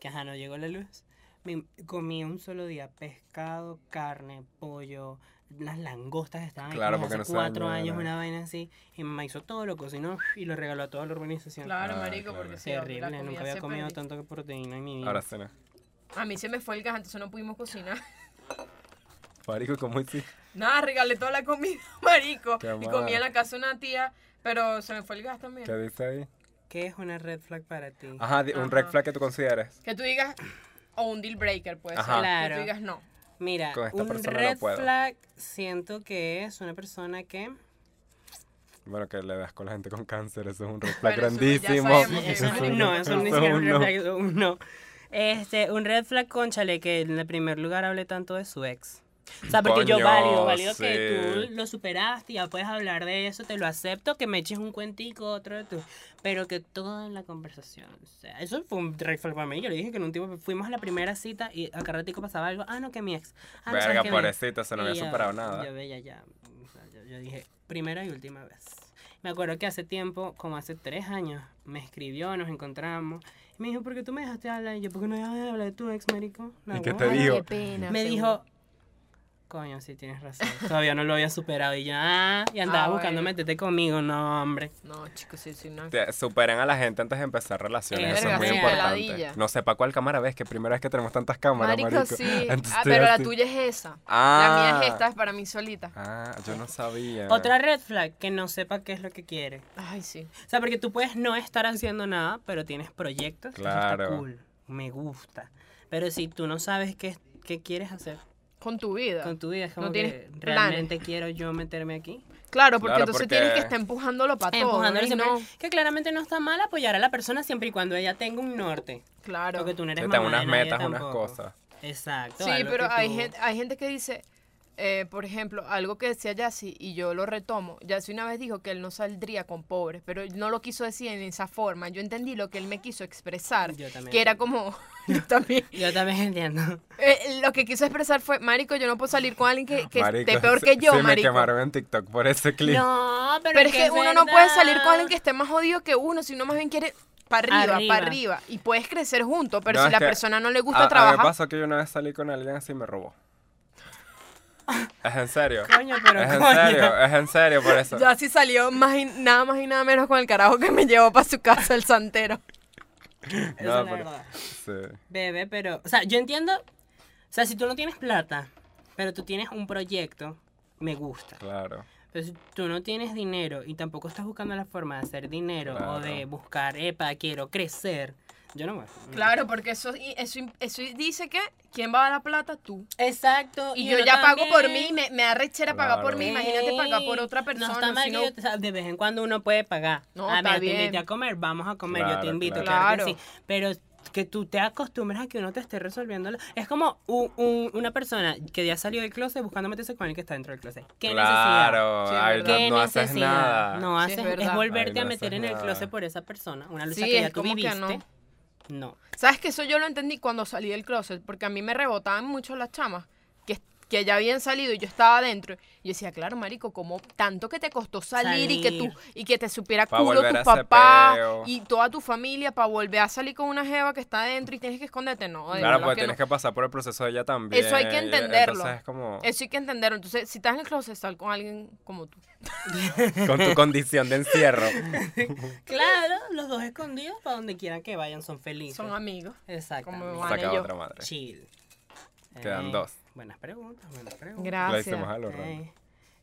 C: que ajá, no llegó la luz, me comí un solo día pescado, carne, pollo, las langostas estaban ahí
B: Claro,
C: como
B: porque
C: hace
B: no se
C: cuatro
B: dañaron.
C: años, una vaina así. Y mi mamá hizo todo, lo cocinó y lo regaló a toda la urbanización.
A: Claro,
B: Ah,
A: marico,
B: claro.
A: porque sí, la
C: Terrible,
A: comida
C: nunca había
A: se
C: comido
A: perdió.
C: tanto proteína en mi vida.
B: Ahora cena.
A: A mí se me fue el gas, entonces no pudimos cocinar.
B: Marico, ¿cómo hiciste?
A: Nada, regalé toda la comida, marico.
B: Qué
A: Y
B: mal.
A: comí en la casa de una tía, pero se me fue el gas también.
B: ¿Qué dice ahí?
C: ¿Qué es una red flag para ti?
B: Ajá, di- un red flag que tú consideres.
A: Que tú digas, o un deal breaker, puede ser.
B: Ajá.
A: Que
C: Claro.
A: tú digas no.
C: Mira,
B: Con esta
C: un
B: persona no
C: red
B: puedo.
C: flag siento que es una persona que...
B: Bueno, que le das con la gente con cáncer, eso es un red flag
A: Bueno, eso ya
B: grandísimo.
A: sabemos que
C: Eso
A: Eso
C: es-
A: es
C: no,
A: un-
C: eso ni
B: es
C: siquiera es un red
B: no.
C: flag, eso es un no. Este, un red flag, conchale, que en el primer lugar hablé tanto de su ex. O sea, porque yo
B: Coño,
C: válido, válido
B: sí.
C: que tú lo superaste y ya puedes hablar de eso, te lo acepto, que me eches un cuentico, otro de tú. Pero que todo en la conversación. O sea, eso fue un red flag para mí. Yo le dije que en un tiempo fuimos a la primera cita y a carretico pasaba algo. Ah, no, que mi ex. Ah, no, ¿sabes
B: Verga,
C: qué, mi ex".
B: pobrecita, se no había
C: Y yo-
B: superado nada.
C: Yo veía ya. o sea, Yo, yo dije, primera y última vez. Me acuerdo que hace tiempo, como hace tres años, me escribió, nos encontramos. Y me dijo, ¿por qué tú me dejaste hablar? Y yo, ¿por qué no dejaste de hablar de tu ex, marico? La
B: ¿Y qué te
C: huevona".
B: dijo?
A: qué pena.
C: Me dijo,
A: seguro.
C: coño, sí tienes razón. Todavía no lo había superado. Y yo, ah, y andaba
A: Ah,
C: buscando
A: bueno.
C: meterte conmigo. No, hombre.
A: No, chicos, sí, sí, no.
B: Te- superen a la gente antes de empezar relaciones. Eso
C: Verga,
B: es muy
C: sí,
A: peladilla.
B: importante. No sé para cuál cámara ves, que primera vez que tenemos tantas cámaras,
A: Marico,
B: marico.
A: sí.
B: Entonces
A: Ah,
B: estoy
A: pero la
B: así.
A: tuya es esa.
B: Ah.
A: La mía es esta, es para mí solita.
B: Ah, yo no sabía.
C: Otra red flag, que no sepa qué es lo que quiere.
A: Ay, sí.
C: O sea, porque tú puedes no estar haciendo nada, pero tienes proyectos. eso está
B: Claro.
C: cool, me gusta. Pero si tú no sabes qué, qué quieres hacer
A: Con tu vida.
C: con tu vida, es como
A: No
C: que
A: tienes
C: realmente quiero yo meterme aquí.
A: Claro, porque
B: Claro,
A: entonces
B: porque-
A: tienes que estar empujándolo para todo.
C: Empujándole
A: y
C: siempre,
A: no.
C: Que claramente no está mal apoyar a la persona siempre y cuando ella tenga un norte.
A: Claro.
C: Porque tú no eres
B: Sí,
C: mamá
B: tengo unas
C: de nadie
B: metas, unas
C: tampoco.
B: cosas.
C: Exacto.
A: Sí,
C: algo
A: pero
C: que
A: hay
C: tú-
A: gente, hay gente que dice, eh, por ejemplo, algo que decía Yassi y yo lo retomo. Yassi una vez dijo que él no saldría con pobres, pero él no lo quiso decir en esa forma. Yo entendí lo que él me quiso expresar,
C: Yo también.
A: que era como... yo también.
C: Yo también entiendo.
A: Eh, lo que quiso expresar fue, marico, yo no puedo salir con alguien que, que
B: Marico,
A: esté peor que
B: sí-
A: yo,
B: sí, me
A: marico.
B: quemaron en TikTok por ese clip.
C: No, pero,
A: Pero es que uno no puede salir con alguien
C: verdad.
A: que esté más jodido que uno, sino más bien quiere para arriba,
C: Arriba.
A: para arriba. Y puedes crecer juntos, pero
B: No,
A: si
B: es
A: la
B: que
A: persona no le
B: a,
A: gusta
B: a mí
A: trabajar,
B: me pasó que yo una vez salí con alguien así y me robó. Es en serio.
C: Coño, pero
B: es en
C: coño.
B: serio, es en serio por eso.
A: Yo así salió más y- nada más y nada menos con el carajo que me llevó para su casa el santero.
C: Esa
B: No,
C: es la
B: pero-
C: verdad.
B: Sí.
C: Bebé, pero, o sea, yo entiendo, o sea, si tú no tienes plata, pero tú tienes un proyecto, me gusta.
B: Claro.
C: Pero si tú no tienes dinero y tampoco estás buscando la forma de hacer dinero o
B: Claro.
C: de buscar, epa, quiero crecer, yo no voy. a-
A: Claro, porque eso, eso, eso dice que ¿quién va a la plata? Tú.
C: Exacto.
A: Y, yo
C: uno
A: ya pago por
C: también.
A: mí, me, me da rechera pagar por mí,
B: Claro.
A: imagínate pagar por otra
C: Ey,
A: persona.
C: No está mal
A: si
C: que
A: no-
C: yo te- o sea, de vez en cuando uno puede pagar.
A: No,
C: ah,
A: está
C: mira, te invité
A: bien.
C: a comer, vamos a comer, yo te
B: Claro,
C: invito, claro,
A: claro.
C: que sí. Pero que tú te acostumbres a que uno te esté resolviendo. la- Es como un- un- una persona que ya salió del closet buscando meterse con el que está dentro del closet. ¿Qué necesidad?
B: claro.
A: Sí, es
B: ay,
A: verdad.
C: ¿Qué
B: no, no haces
C: necesidad?
B: nada.
C: No
A: Sí,
C: haces,
A: es
C: es,
A: verdad.
C: volverte
B: Ay,
C: a
B: no
C: meter
B: haces
C: en el
B: nada.
C: closet por esa persona. Una lucha
A: Sí,
C: que ya
A: es
C: tú
A: como que
C: viviste.
A: no.
C: no.
A: ¿Sabes que eso yo lo entendí cuando salí del closet? Porque a mí me rebotaban mucho las chamas que, que ya habían salido y yo estaba adentro. Y yo decía, claro, marico, como tanto que te costó salir, y que
C: Salir.
A: tú y que te supiera
B: Pa'
A: culo
B: volver a
A: tu
B: ese
A: papá
B: peo.
A: y toda tu familia para volver a salir con una jeva que está adentro y tienes que esconderte. No, de
B: Claro, porque
A: verdad que no.
B: tienes que pasar por el proceso de ella también.
A: Eso hay que
B: y-
A: entenderlo.
B: Entonces es como
A: Eso hay que entenderlo. Entonces, si estás en el closet, sal con alguien como tú.
B: con tu condición de encierro.
C: Claro, los dos escondidos para donde quieran que vayan son felices.
A: Son amigos.
C: Exactamente.
A: Juan y
B: Saca
A: yo.
B: otra madre.
C: Chill.
B: Quedan
C: Ey,
B: dos.
C: Buenas preguntas, buenas preguntas.
B: La
A: Gracias. Eh,
B: hicimos a lo random.
C: Ey,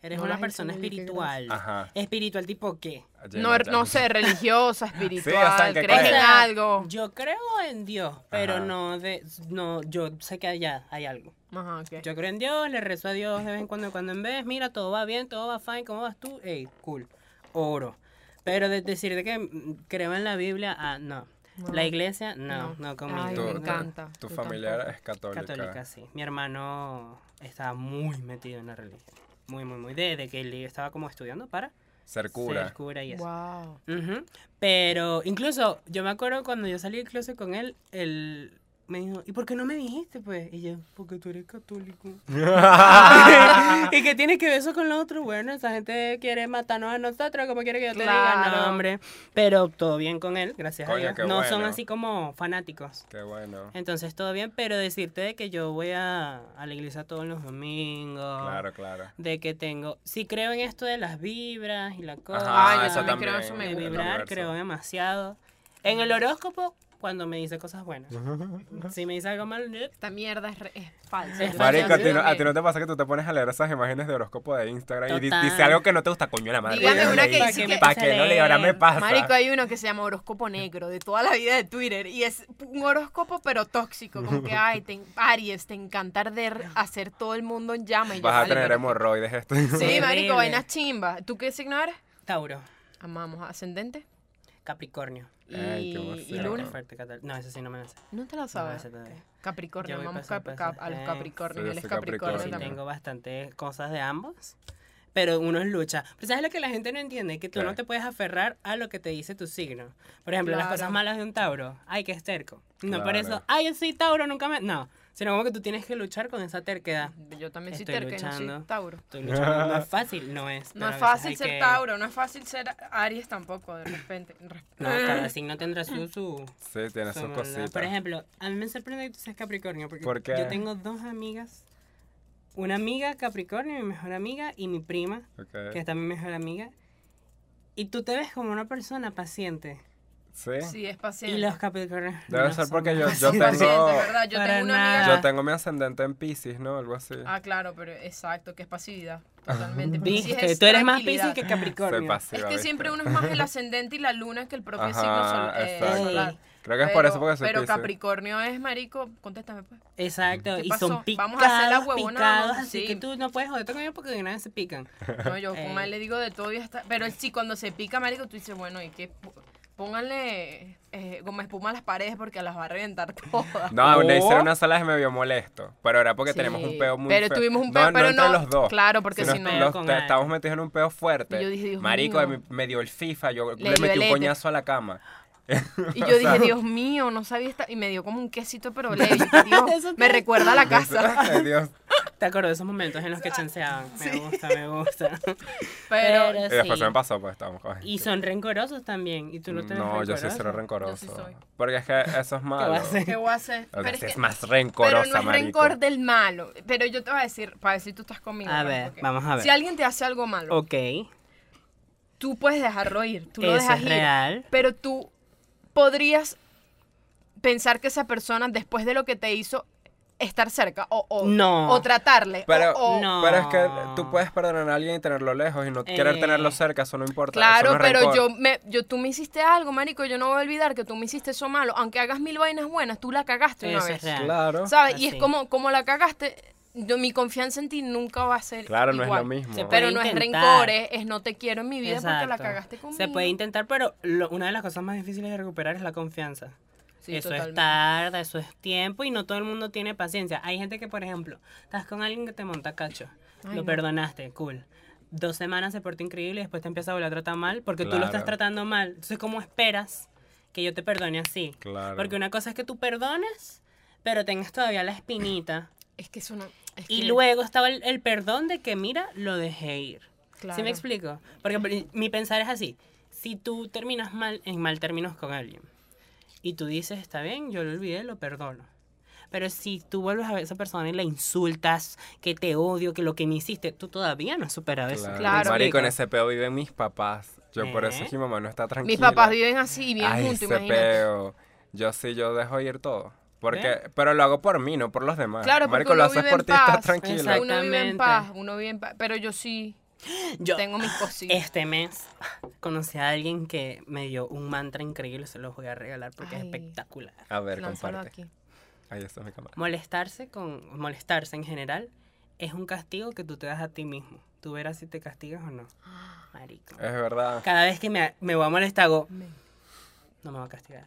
C: Eres
A: No
C: una
A: las
C: persona
A: entendí, qué
C: espiritual.
B: Ajá.
C: ¿Espiritual tipo qué?
A: No,
B: Jane,
A: no
B: Jane.
A: sé, religiosa, espiritual,
B: que
A: crees
B: creen.
A: en
B: O
A: algo.
C: Yo creo en Dios, pero
B: Ajá.
C: no de no yo sé que allá hay algo.
A: Ajá, ok.
C: Yo creo en Dios, le rezo a Dios de vez en cuando, cuando en vez, mira, todo va bien, todo va fine, ¿cómo vas tú? Ey, cool. Oro. Pero de decir de que mm, creo en la Biblia, ah, no.
A: No.
C: La iglesia, no, no, conmigo.
A: Ay, me
B: Tu-
A: encanta.
B: Tu
A: Yo
B: familiar
A: tampoco.
B: es católica.
C: Católica, sí. Mi hermano estaba muy metido en la religión. Muy, muy, muy. Desde que él estaba como estudiando para
B: Ser cura.
C: ser cura y eso.
A: Wow.
C: Ujú. Pero incluso yo me acuerdo cuando yo salí del closet con él, él me dijo, ¿y por qué no me dijiste? Pues, y yo, porque tú eres católico. y que tienes que ver eso con lo otro. Bueno, esa gente quiere matarnos a nosotros, como quiere que yo te diga,
A: Claro.
C: no, hombre. Pero todo bien con él, gracias
B: Coño,
C: a
B: qué
C: Dios. No son
B: bueno.
C: así como fanáticos.
B: Qué bueno.
C: Entonces todo bien, pero decirte de que yo voy a, a la iglesia todos los domingos.
B: Claro, claro.
C: De que tengo. Sí creo en esto de las vibras y la cosa.
A: Ay, yo
B: eso
A: también creo, eso me
C: de
A: gusta.
C: vibrar, creo demasiado. En el horóscopo, cuando me dice cosas buenas. Si me dice algo mal, eh,
A: Esta mierda es, re- es falsa.
C: Es
B: Marico, a ti, no,
A: Dígame-
B: a ti no te pasa que tú te pones a leer esas imágenes de horóscopo de Instagram y di-
C: Total.
B: dice algo que no te gusta, coño la madre.
A: Dígame
B: ya
A: una
B: leí.
A: que dice que-
B: Pa' que no leí, ahora me pasa.
A: Marico, hay uno que se llama horóscopo negro de toda la vida de Twitter y es un horóscopo pero tóxico, como que ay, te, Aries, te encanta arder, hacer todo el mundo en llama y yo,
B: Vas a
A: vale,
B: tener
A: pero-
B: hemorroides esto.
A: Sí,
C: Horrible.
A: marico, vainas chimbas. ¿Tú qué signo eres?
C: Tauro.
A: Amamos, ascendente.
C: Capricornio.
B: Ay, qué
A: Y, y
B: emoción.
A: Luna.
C: Qué fuerte, Catal- No, eso sí no me lo sé.
A: No te la sabes.
C: sé todavía.
A: Ok.
C: Yo
A: Capricornio,
C: voy
A: vamos
C: paso a
A: cap-
C: paso.
A: cap- a los
C: Eh,
A: Capricornios.
B: sí,
A: Él es
B: soy
A: Capricornio
B: Capricornio.
C: Sí,
A: también.
C: tengo bastantes cosas de ambos. Pero uno es lucha. Pero ¿sabes lo que la gente no entiende? Que tú
B: Claro.
C: no te puedes aferrar a lo que te dice tu signo. Por ejemplo, las
A: Claro.
C: cosas malas de un Tauro. Ay, que es terco. No por
B: Claro.
C: eso, ay, yo soy Tauro, nunca me... No, sino como que tú tienes que luchar con esa terquedad.
A: Yo también soy
C: Estoy
A: terca y no soy
C: luchando.
A: Tauro.
C: Estoy luchando. No es fácil, no es.
A: No
C: pero
A: es
C: a veces
A: fácil
C: hay
A: ser
C: que-
A: Tauro, no es fácil ser Aries tampoco, de repente.
C: No, cada signo tendrá su... su...
B: Sí, tiene
C: su
B: sus
C: maldad.
B: cositas.
C: Por ejemplo, a mí me sorprende que tú seas Capricornio, porque
B: ¿Por qué?
C: yo tengo dos amigas. Una amiga Capricornio, mi mejor amiga, y mi prima,
B: Ok.
C: que es también mi mejor amiga. Y tú te ves como una persona paciente.
B: Sí.
A: Sí, es paciente.
C: Y los Capricornios.
B: Debe
C: no
B: ser
C: son
B: porque yo, yo
A: Son
C: pacientes.
B: tengo.
A: pacientes, ¿verdad? Yo
C: Para
A: tengo una
C: nada.
B: Yo
A: amiga.
B: tengo mi ascendente en Pisces, ¿no? Algo así.
A: Ah, claro, pero exacto, que es pasividad. Totalmente. Piscis
C: Viste,
A: es
C: tú eres más
A: tranquilidad.
C: Pisces que
B: Soy
C: Capricornio.
B: pasiva.
A: Es que
B: ¿viste?
A: siempre uno es más el ascendente y la luna que el propio
B: Ajá,
A: signo sol- eh,
B: exacto.
A: solar.
B: Creo que es por
A: Pero-
B: eso porque soy
A: Pero
B: Pisces.
A: Capricornio es marico, contéstame pues.
C: Exacto.
A: ¿Qué
C: Y
A: pasó?
C: son picados,
A: Vamos a hacer la huevonada,
C: picados, así
A: sí.
C: que tú no puedes joderte con ellos porque de nada se pican.
A: No, yo
C: Ey.
A: con él le digo de todo y hasta. Pero él sí, cuando se pica, marico, tú dices, bueno, y que p- pónganle eh, goma espuma a las paredes porque las va a reventar todas.
B: No, le
C: O-
B: hicieron una sala y me vio molesto. Pero era porque
A: Sí.
B: tenemos un peo muy
A: Pero
B: feo.
A: tuvimos un peo, pero
B: entre
A: no-
B: los dos.
A: claro, porque
B: sino
A: si no-
B: los
C: Con
B: tres
C: alguien.
B: estábamos metidos en un peo fuerte.
A: Y yo dije, Dios
B: Marico,
A: mío.
B: me- me dio el FIFA. Yo le,
A: dio
B: metí
A: el
B: un
A: ete.
B: coñazo a la cama.
A: Y yo dije, Dios mío, no sabía esta. Y me dio como un quesito, pero leve. Yo, Dios, me recuerda a la casa.
B: Ay, Dios.
C: ¿Te acuerdas de esos momentos en los
A: Ah,
C: que chanceaban? Me gusta, me gusta.
A: Pero.
B: Y después se me pasó, pues estábamos con
C: Y son rencorosos también. Y tú no te ves
B: No, yo soy
C: rencoroso.
B: cero
A: Yo sí
B: rencoroso.
A: soy.
B: Porque es que eso es malo.
C: vas a hacer?
A: ¿Qué voy a hacer?
B: O sea,
A: Pero
B: sí
A: es
B: es,
A: que-
B: más
A: Pero
B: rencorosa,
A: no es
B: marico.
A: rencor del malo. Pero yo te voy a decir, para decir tú estás conmigo.
C: A
A: ¿no?
C: ver,
A: Porque
C: vamos a ver.
A: Si alguien te hace algo malo,
C: Ok,
A: tú puedes dejarlo ir, tú lo
C: eso
A: dejas
C: es
A: ir.
C: real.
A: Pero tú podrías pensar que esa persona, después de lo que te hizo, estar cerca o, o,
C: No.
A: o tratarle.
B: Pero,
A: o- o-
C: No.
B: pero es que tú puedes perdonar a alguien y tenerlo lejos y no querer
C: Eh.
B: tenerlo cerca, eso no importa.
A: Claro,
B: eso no es
A: pero
B: rencor.
A: yo, me, yo tú me hiciste algo, marico, yo no voy a olvidar que tú me hiciste eso malo. Aunque hagas mil vainas buenas, tú la cagaste una
C: Eso
A: vez.
C: es real.
B: Claro.
A: ¿Sabes? Y es
C: Así.
A: como, como la cagaste, yo- mi confianza en ti nunca va a ser
B: Claro, no es
A: igual.
B: lo
C: Se
B: mismo.
C: puede
A: Pero no es
C: intentar.
A: rencor, es, es no te quiero en mi vida porque la
C: Exacto.
A: cagaste conmigo.
C: Se puede intentar, pero lo- una de las cosas más difíciles de recuperar es la confianza.
A: Sí,
C: eso
A: totalmente.
C: es tarde, eso es tiempo y no todo el mundo tiene paciencia. Hay gente que, por ejemplo, estás con alguien que te monta cacho,
A: Ay,
C: lo
A: no.
C: perdonaste, cool. Dos semanas se porta increíble y después te empieza a volver a tratar mal porque tú lo estás
B: Claro.
C: tratando mal. Entonces, ¿cómo esperas que yo te perdone así?
B: Claro.
C: Porque una cosa es que tú perdones, pero tengas todavía la espinita.
A: Es que eso no. es
C: Y
A: que-
C: luego estaba el, el perdón de que, mira, lo dejé ir. ¿Sí
A: Claro.
C: me explico? Porque pri- mi pensar es así. Si tú terminas mal, en mal términos con alguien, y tú dices, está bien, yo lo olvidé, lo perdono. Pero si tú vuelves a ver a esa persona y la insultas, que te odio, que lo que me hiciste, tú todavía no has superado eso.
B: Claro.
C: ¿Me
A: Claro.
B: Marico, en
C: explico?
B: ese peo viven mis papás. Yo por eso
C: ¿Eh?
B: es que mi mamá no está tranquila.
A: Mis papás viven así y viven
B: Ay,
A: juntos,
B: ese
A: imagínate.
B: peo. Yo sí, yo dejo ir todo. Porque, pero lo hago por mí, no por los demás.
A: Claro, porque
B: Marico, lo
A: uno
B: haces
A: vive
B: por
A: en
B: ti, estás
A: paz.
B: tranquila.
C: Exacto.
A: Uno vive en
C: Exactamente.
A: paz, uno vive en paz. Pero yo sí
C: Yo
A: tengo mis cositas.
C: este mes conocí a alguien que me dio un mantra increíble, se los voy a regalar porque es
A: Ay.
C: espectacular.
B: A ver,
A: Lánzalo
B: comparte.
A: aquí.
B: Ahí está mi cámara.
C: Molestarse con molestarse en general es un castigo que tú te das a ti mismo. Tú verás si te castigas o no. Marico.
B: Es verdad.
C: Cada vez que me, Ah, me voy a molestar hago,
A: Men.
C: no me voy a castigar.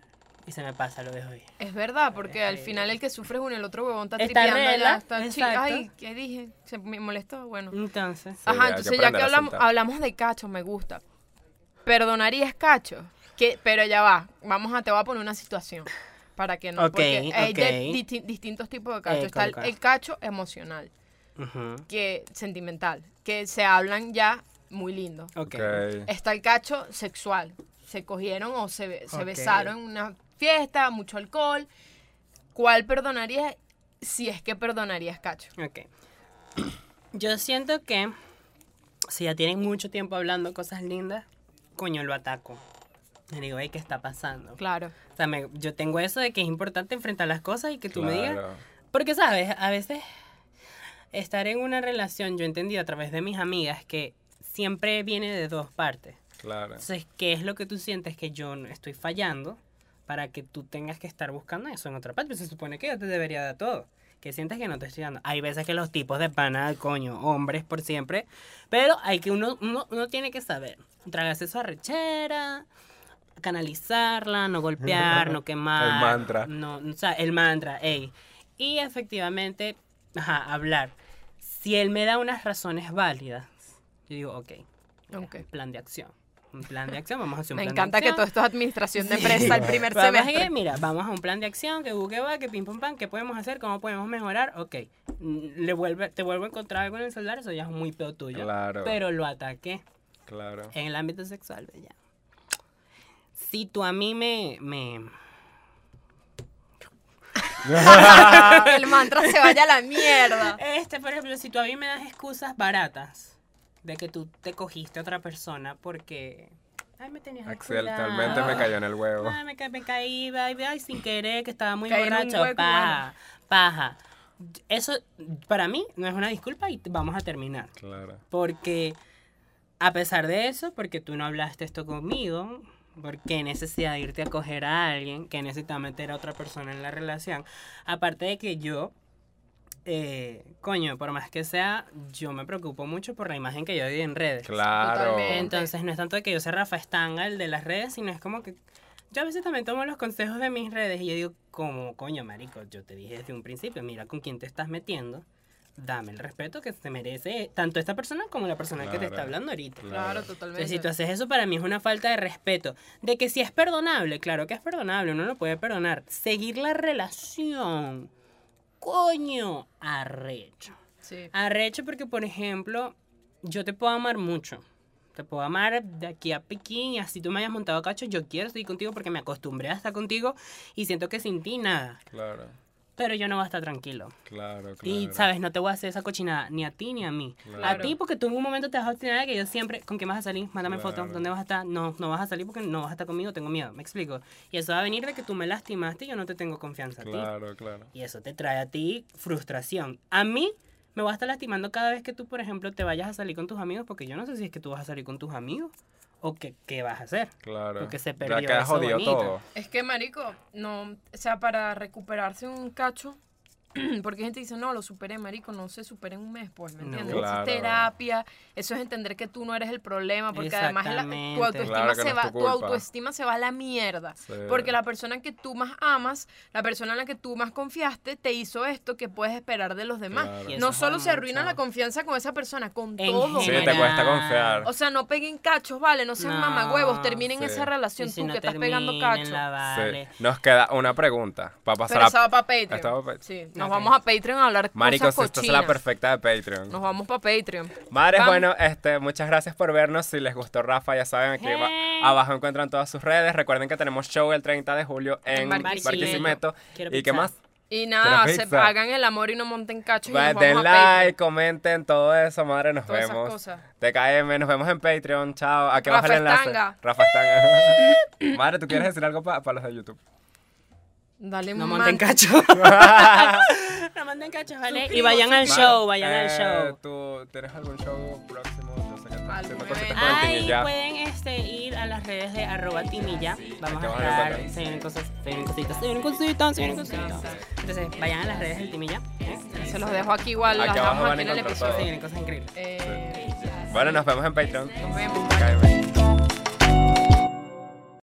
C: Y se me pasa, lo dejo ahí.
A: Es verdad, porque al final el que sufre es uno, el otro huevón está
C: Está
A: tripeando.
C: rela,
A: allá, está chi-
C: exacto.
A: Ay, ¿qué dije? Se me molestó, bueno.
C: Entonces,
B: Sí, hay
A: Ajá,
B: que
A: entonces ya que
B: aprender a
A: hablamos,
B: soltar.
A: hablamos de cacho, me gusta. ¿Perdonarías cacho? Que, pero ya va, vamos a, te voy a poner una situación para que no,
C: Ok,
A: porque hay de-
C: ok.
A: disti- distintos tipos de cacho.
C: Eh,
A: Está el,
C: ¿cuál, cuál?
A: el cacho emocional,
C: ujú,
A: que sentimental, que se hablan ya muy lindo.
B: Ok.
C: ok.
A: Está el cacho sexual, se cogieron o se, se
C: Ok.
A: besaron en una fiesta, mucho alcohol. ¿Cuál perdonarías si es que perdonarías cacho?
C: Ok. Yo siento que si ya tienen mucho tiempo hablando cosas lindas, coño, lo ataco. Le digo, "Ey, ¿qué está pasando?
A: Claro.
C: O sea, me- yo tengo eso de que es importante enfrentar las cosas y que tú me digas,
B: Claro.
C: Porque, ¿sabes? A veces estar en una relación, yo entendí a través de mis amigas que siempre viene de dos partes.
B: Claro.
C: Entonces, ¿qué es lo que tú sientes que yo no estoy fallando para que tú tengas que estar buscando eso en otra parte? Se supone que yo te debería dar todo. Que sientes que no te estoy dando. Hay veces que los tipos de pana, coño, hombres por siempre. Pero hay que uno, uno, uno tiene que saber. Tragas eso a rechera. canalizarla, no golpear, no quemar.
B: El mantra.
C: No, o sea, el mantra, ey. Y efectivamente, ajá, hablar. Si él me da unas razones válidas, yo digo, ok,
A: Ok.
C: plan de acción. Un plan de acción, vamos a hacer un
A: Me
C: plan
A: encanta
C: de
A: que
C: acción.
A: todo esto es administración de empresa el primer
C: Vamos a
A: semestre.
C: que, mira, vamos a un plan de acción, que buque va, que pim pam pam, que podemos hacer, cómo podemos mejorar, ok. Mm, Le vuelve, te vuelvo a encontrar algo en el celular, eso ya es muy peor tuyo.
B: Claro.
C: Pero lo ataqué
B: Claro.
C: en el ámbito sexual, pues, ya. Si tú a mí me, me,
A: el mantra se vaya a la mierda.
C: Este, por ejemplo, si tú a mí me das excusas baratas de que tú te cogiste a otra persona porque... Ay, me tenías
B: Accidentalmente
C: descuidado.
B: me cayó en el huevo.
C: Ay, me, ca- me caí, baby, ay, sin querer, que estaba muy
A: Caí en un
C: borracho.
A: hueco,
C: Paja, paja. Eso, para mí, no es una disculpa y t- vamos a terminar.
B: Claro.
C: Porque, a pesar de eso, porque tú no hablaste esto conmigo, porque necesidad de irte a coger a alguien, que necesitaba meter a otra persona en la relación. Aparte de que yo, eh, coño, por más que sea, yo me preocupo mucho por la imagen que yo doy en redes.
B: Claro.
A: Totalmente.
C: Entonces, no es tanto de que yo sea Rafa Estanga, el de las redes, sino es como que yo a veces también tomo los consejos de mis redes y yo digo, como coño, marico, yo te dije desde un principio, mira con quién te estás metiendo, dame el respeto que se merece tanto esta persona como la persona que te
B: Claro.
C: está hablando ahorita.
A: Claro,
C: Entonces, si
A: totalmente.
C: tú haces eso, para mí es una falta de respeto. De que si es perdonable, claro que es perdonable, uno lo puede perdonar. Seguir la relación, coño, arrecho.
A: Sí.
C: Arrecho porque, por ejemplo, yo te puedo amar mucho. Te puedo amar de aquí a Pekín y así tú me hayas montado cacho. Yo quiero estar contigo porque me acostumbré a estar contigo y siento que sin ti nada.
B: Claro.
C: Pero yo no voy a estar tranquilo.
B: Claro, claro.
C: Y, ¿sabes? No te voy a hacer esa cochinada ni a ti ni a mí. A
B: Claro.
C: ti porque tú en un momento te vas a obstinar de que yo siempre, ¿con quién vas a salir? Mándame fotos.
B: Claro.
C: ¿Dónde vas a estar? No, no vas a salir porque no vas a estar conmigo, tengo miedo. Me explico. Y eso va a venir de que tú me lastimaste y yo no te tengo confianza a ti.
B: Claro, claro.
C: Y eso te trae a ti frustración. A mí me va a estar lastimando cada vez que tú, por ejemplo, te vayas a salir con tus amigos, porque yo no sé si es que tú vas a salir con tus amigos o que, qué vas a hacer.
B: Claro.
C: Porque se
B: Ya
C: perdió
B: queda
C: eso
B: jodido
C: bonito.
B: todo.
A: Es que, marico, no, o sea, para recuperarse un cacho, porque hay gente que dice, no, lo superé, marico, no se supera en un mes, pues, ¿me
C: No.
A: entiendes?
B: Claro.
A: Eso es terapia, eso es entender que tú no eres el problema, porque además la- tu
C: Exactamente.
A: autoestima,
B: Claro que
A: se
B: no es
A: va,
B: tu
A: tu
B: culpa.
A: autoestima se va a la mierda,
B: Sí.
A: porque la persona que tú más amas, la persona en la que tú más confiaste, te hizo esto que puedes esperar de los demás.
B: Claro. Y
C: eso
A: No solo
C: jode
A: se arruina
C: mucho.
A: la confianza con esa persona, con
C: En
A: todo.
B: Sí,
A: marico.
B: te cuesta confiar.
A: O sea, no peguen cachos, vale, no sean
C: No,
A: mamagüevos, terminen
B: sí.
A: esa
C: Y
A: relación
C: si
A: tú
C: no
A: que estás
C: termina
A: pegando
C: en
A: cachos.
C: la
B: Sí.
C: vale.
B: Nos queda una pregunta para pasar
A: Pero
B: a-
A: esa va para Patreon.
B: esta va pa' Patreon.
A: Sí, nos
C: Ok.
A: vamos a Patreon a hablar
B: Marico,
A: cosas
B: si esta es la
A: cochinas.
B: perfecta de Patreon.
A: Nos vamos para Patreon.
B: Madres,
A: Vamos.
B: bueno, este, muchas gracias por vernos. Si les gustó Rafa, ya saben, aquí aba-
C: Hey.
B: abajo encuentran todas sus redes. Recuerden que tenemos show el 30 de julio en
A: Barquisimeto.
B: Barquisimeto.
C: Quiero
B: ¿Y qué
C: pizza.
B: más?
A: Y
B: Pero
A: nada, se
B: pizza.
A: hagan el amor y no monten cachos.
B: Va-
A: y nos
B: den
A: vamos a
B: like,
A: Patreon.
B: comenten, todo eso, madre, nos
A: Todas esas
B: vemos.
A: cosas.
B: TKM, nos vemos en Patreon, chao. ¿A qué
A: Rafa
B: baja el enlace?
A: Estanga.
B: Rafa Estanga. madre, ¿tú quieres decir algo para los de YouTube?
A: Dale
C: No
A: un man-
C: monten cachos. no monten cachos, ¿vale? Y vayan al
B: Madre,
C: show, vayan
B: eh,
C: al show.
B: ¿Tú tienes algún show próximo? Yo sé que estás
A: Algún
B: haciendo cositas
A: evento.
B: con el
C: Ay,
B: Tinilla.
C: pueden este, ir a las redes de arroba timilla. Vamos
B: te
C: a
B: van a
C: estar.
B: encontrar.
C: Se vienen cosas, se vienen cositas, se vienen cositas, se vienen cositas. Entonces, vayan a las redes del timilla. ¿eh?
A: Se los dejo aquí igual.
B: Aquí
A: las
B: abajo
A: damos
B: van
A: aquí
B: a
A: en el
B: encontrar
A: episodio.
C: Se vienen cosas increíbles.
A: Eh,
B: Bueno, nos vemos en Patreon.
A: nos vemos.
B: TKM.